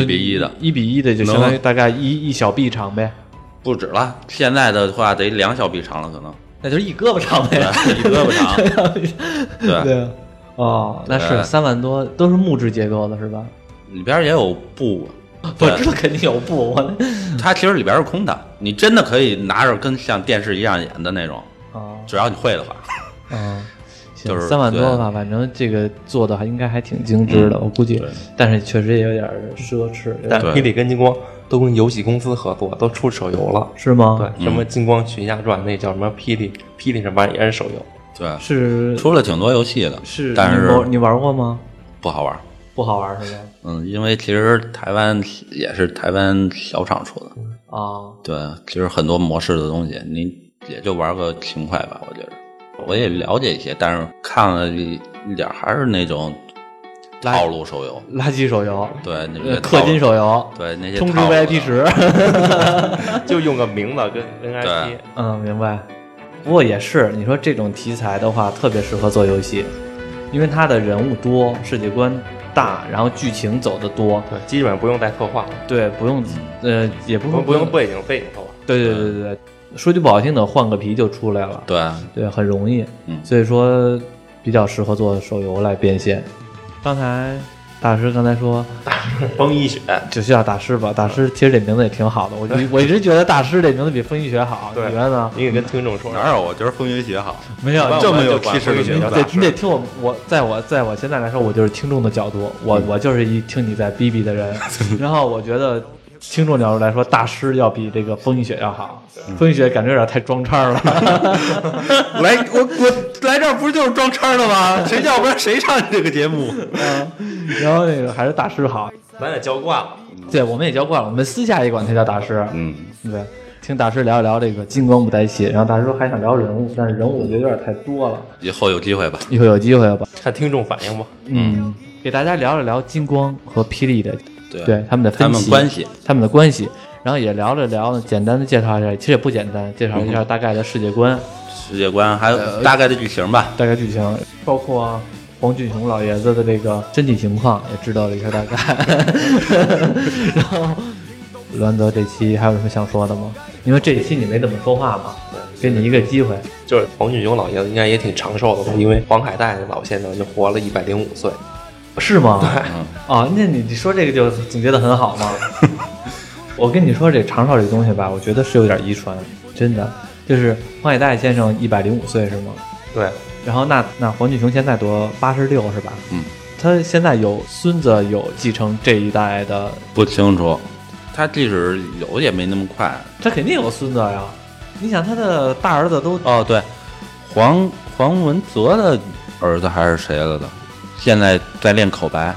[SPEAKER 4] 一比一的
[SPEAKER 2] 一比一的就相当于大概一一小臂长呗，
[SPEAKER 4] 不止了。现在的话得两小臂长了，可能
[SPEAKER 2] 那就是一胳膊长呗。
[SPEAKER 4] 一胳膊长。 对，
[SPEAKER 2] 对，哦，那是
[SPEAKER 4] 对
[SPEAKER 2] 三万多，都是木质结构的是吧？
[SPEAKER 4] 里边也有布，
[SPEAKER 2] 我
[SPEAKER 4] 对
[SPEAKER 2] 知道肯定有布， 我
[SPEAKER 4] 它其实里边是空的，你真的可以拿着跟像电视一样演的那种，
[SPEAKER 2] 啊
[SPEAKER 4] 只要你会的话。
[SPEAKER 2] 啊，行
[SPEAKER 4] 就是
[SPEAKER 2] 三万多吧，反正这个做的还应该还挺精致的，
[SPEAKER 4] 嗯
[SPEAKER 2] 我估计，但是确实也有点奢侈，有
[SPEAKER 5] 但
[SPEAKER 2] 点
[SPEAKER 5] 是霹雳跟金光都跟游戏公司合作，都出手游了。
[SPEAKER 2] 是吗？
[SPEAKER 5] 对，什么《金光群侠传》那叫什么霹雳，霹雳什么也是手游。
[SPEAKER 4] 对，
[SPEAKER 2] 是
[SPEAKER 4] 出了挺多游戏的，
[SPEAKER 2] 是，
[SPEAKER 4] 但
[SPEAKER 2] 你玩
[SPEAKER 4] 是
[SPEAKER 2] 你玩过吗？
[SPEAKER 4] 不好玩。
[SPEAKER 2] 不好玩是吗？
[SPEAKER 4] 嗯，因为其实台湾也是台湾小厂出的，
[SPEAKER 2] 啊，
[SPEAKER 4] 对，其实很多模式的东西，你也就玩个勤快吧，我觉得。我也了解一些，但是看了一一点儿还是那种
[SPEAKER 2] 垃
[SPEAKER 4] 套路手游，
[SPEAKER 2] 垃圾手游，
[SPEAKER 4] 对那
[SPEAKER 2] 呃
[SPEAKER 4] 些
[SPEAKER 2] 氪金
[SPEAKER 4] 手，
[SPEAKER 2] 手游，
[SPEAKER 4] 对那些
[SPEAKER 2] 充值
[SPEAKER 4] 套路的
[SPEAKER 2] VIP 池，
[SPEAKER 5] 就用个名 字跟 NIP
[SPEAKER 4] 对。
[SPEAKER 2] 嗯，明白。不过也是，你说这种题材的话，特别适合做游戏，因为它的人物多，世界观大，然后剧情走得多，
[SPEAKER 5] 对，基本上不用带策划，
[SPEAKER 2] 对，不用，呃，也不
[SPEAKER 5] 不
[SPEAKER 2] 是
[SPEAKER 5] 用不用，背景背景策划。
[SPEAKER 2] 对对对对对。说句不好听的，换个皮就出来了，
[SPEAKER 4] 对，
[SPEAKER 2] 对，很容易，
[SPEAKER 4] 嗯
[SPEAKER 2] 所以说比较适合做手游来变现。刚才大师刚才说，
[SPEAKER 5] 风一雪，
[SPEAKER 2] 只需要大师吧，大师其实这名字也挺好的， 我一我一直觉得大师这名字比风一雪好，你
[SPEAKER 5] 对
[SPEAKER 2] 觉得呢？
[SPEAKER 5] 你得跟听众说说。
[SPEAKER 1] 哪有？我觉得风云学好，
[SPEAKER 2] 没有，
[SPEAKER 5] 那
[SPEAKER 1] 这么
[SPEAKER 5] 我就
[SPEAKER 1] 有
[SPEAKER 5] 管
[SPEAKER 1] 气势的
[SPEAKER 5] 风一雪
[SPEAKER 1] 名
[SPEAKER 5] 叫
[SPEAKER 1] 字
[SPEAKER 2] 对
[SPEAKER 5] 大，
[SPEAKER 2] 你得听我，我在我在我现在来说，我就是听众的角度，
[SPEAKER 1] 嗯
[SPEAKER 2] 我、我就是一听你在逼逼 的人，然后我觉得听众角度来说，大师要比这个风一雪要好，风一雪感觉有点太装叉了，
[SPEAKER 1] 嗯 来，我我来这儿不是就是装叉的吗？谁叫不然谁上你这个节目？
[SPEAKER 2] 然后那个还是大师好，
[SPEAKER 5] 咱也教惯了。
[SPEAKER 2] 对我们也教惯了，我们私下也管他叫大师，
[SPEAKER 4] 嗯，
[SPEAKER 2] 对，听大师聊一聊这个金光不带戏，然后大师说还想聊人物，但是人物我觉得有点太多了，
[SPEAKER 4] 以后有机会吧。
[SPEAKER 2] 一会儿有机会吧，
[SPEAKER 5] 看听众反应吧。
[SPEAKER 2] 嗯，给大家聊一聊金光和霹雳的
[SPEAKER 4] 对
[SPEAKER 2] 对他们的分
[SPEAKER 4] 他们
[SPEAKER 2] 歧
[SPEAKER 4] 关系，
[SPEAKER 2] 他们的关系，然后也聊了聊呢，简单的介绍一下，其实也不简单，介
[SPEAKER 4] 嗯
[SPEAKER 2] 绍一下大概的世界观、
[SPEAKER 4] 世界观还有大概的剧情吧。
[SPEAKER 2] 大概剧情，包括啊黄俊雄老爷子的这个身体情况也知道了一下大 概。然后，罗安泽这期还有什么想说的吗？因为这一期你没怎么说话嘛，给你一个机会。
[SPEAKER 5] 就是黄俊雄老爷子应该也挺长寿的吧？因为黄海岱老先生就活了一百零五岁。
[SPEAKER 2] 是吗？啊，那你你说这个就总结的很好 嘛。我跟你说，这长寿这东西吧，我觉得是有点遗传，真的。就是黄海岱先生一百零五岁是吗？
[SPEAKER 5] 对，
[SPEAKER 2] 然后那那黄俊雄现在多八十六是吧？
[SPEAKER 4] 嗯，
[SPEAKER 2] 他现在有孙子有继承这一代的，
[SPEAKER 4] 不清楚，他即使有也没那么快。
[SPEAKER 2] 他肯定有孙子呀。你想他的大儿子都
[SPEAKER 4] 哦，对，黄黄文泽的儿子还是谁来的？现在在练口白，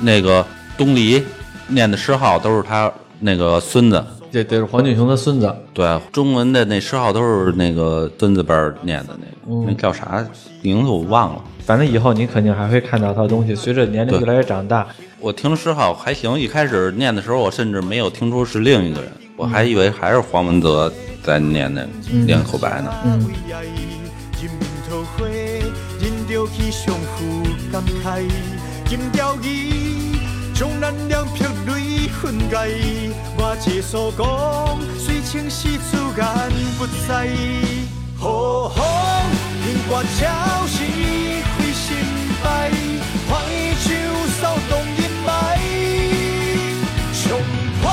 [SPEAKER 4] 那个东篱念的诗号都是他那个孙子
[SPEAKER 2] 这得是黄景雄的孙子，
[SPEAKER 4] 对，中文的那诗号都是那个孙子辈儿念的那个，那叫啥名字我忘了。
[SPEAKER 2] 反正以后你肯定还会看到他的东西。随着年龄越来越长大，
[SPEAKER 4] 我听诗号还行，一开始念的时候，我甚至没有听出是另一个人，我还以为还是黄文泽在念那念口白呢。
[SPEAKER 2] 嗯
[SPEAKER 6] 为爱，饮桃花，饮着去上富感慨，金条鱼将咱两撇泪分开，我这所讲，水清是自然不在。好风迎我鸟时开心摆，欢笑扫动阴霾。冲破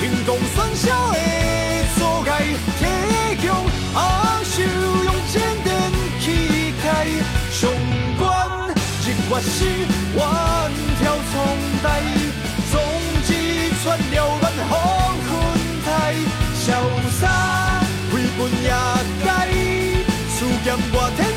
[SPEAKER 6] 天空双手的阻碍，提供昂首用坚定期待，上冠日月是远眺窗台，总之穿了万方困台，潇洒飞奔夜街，思念我天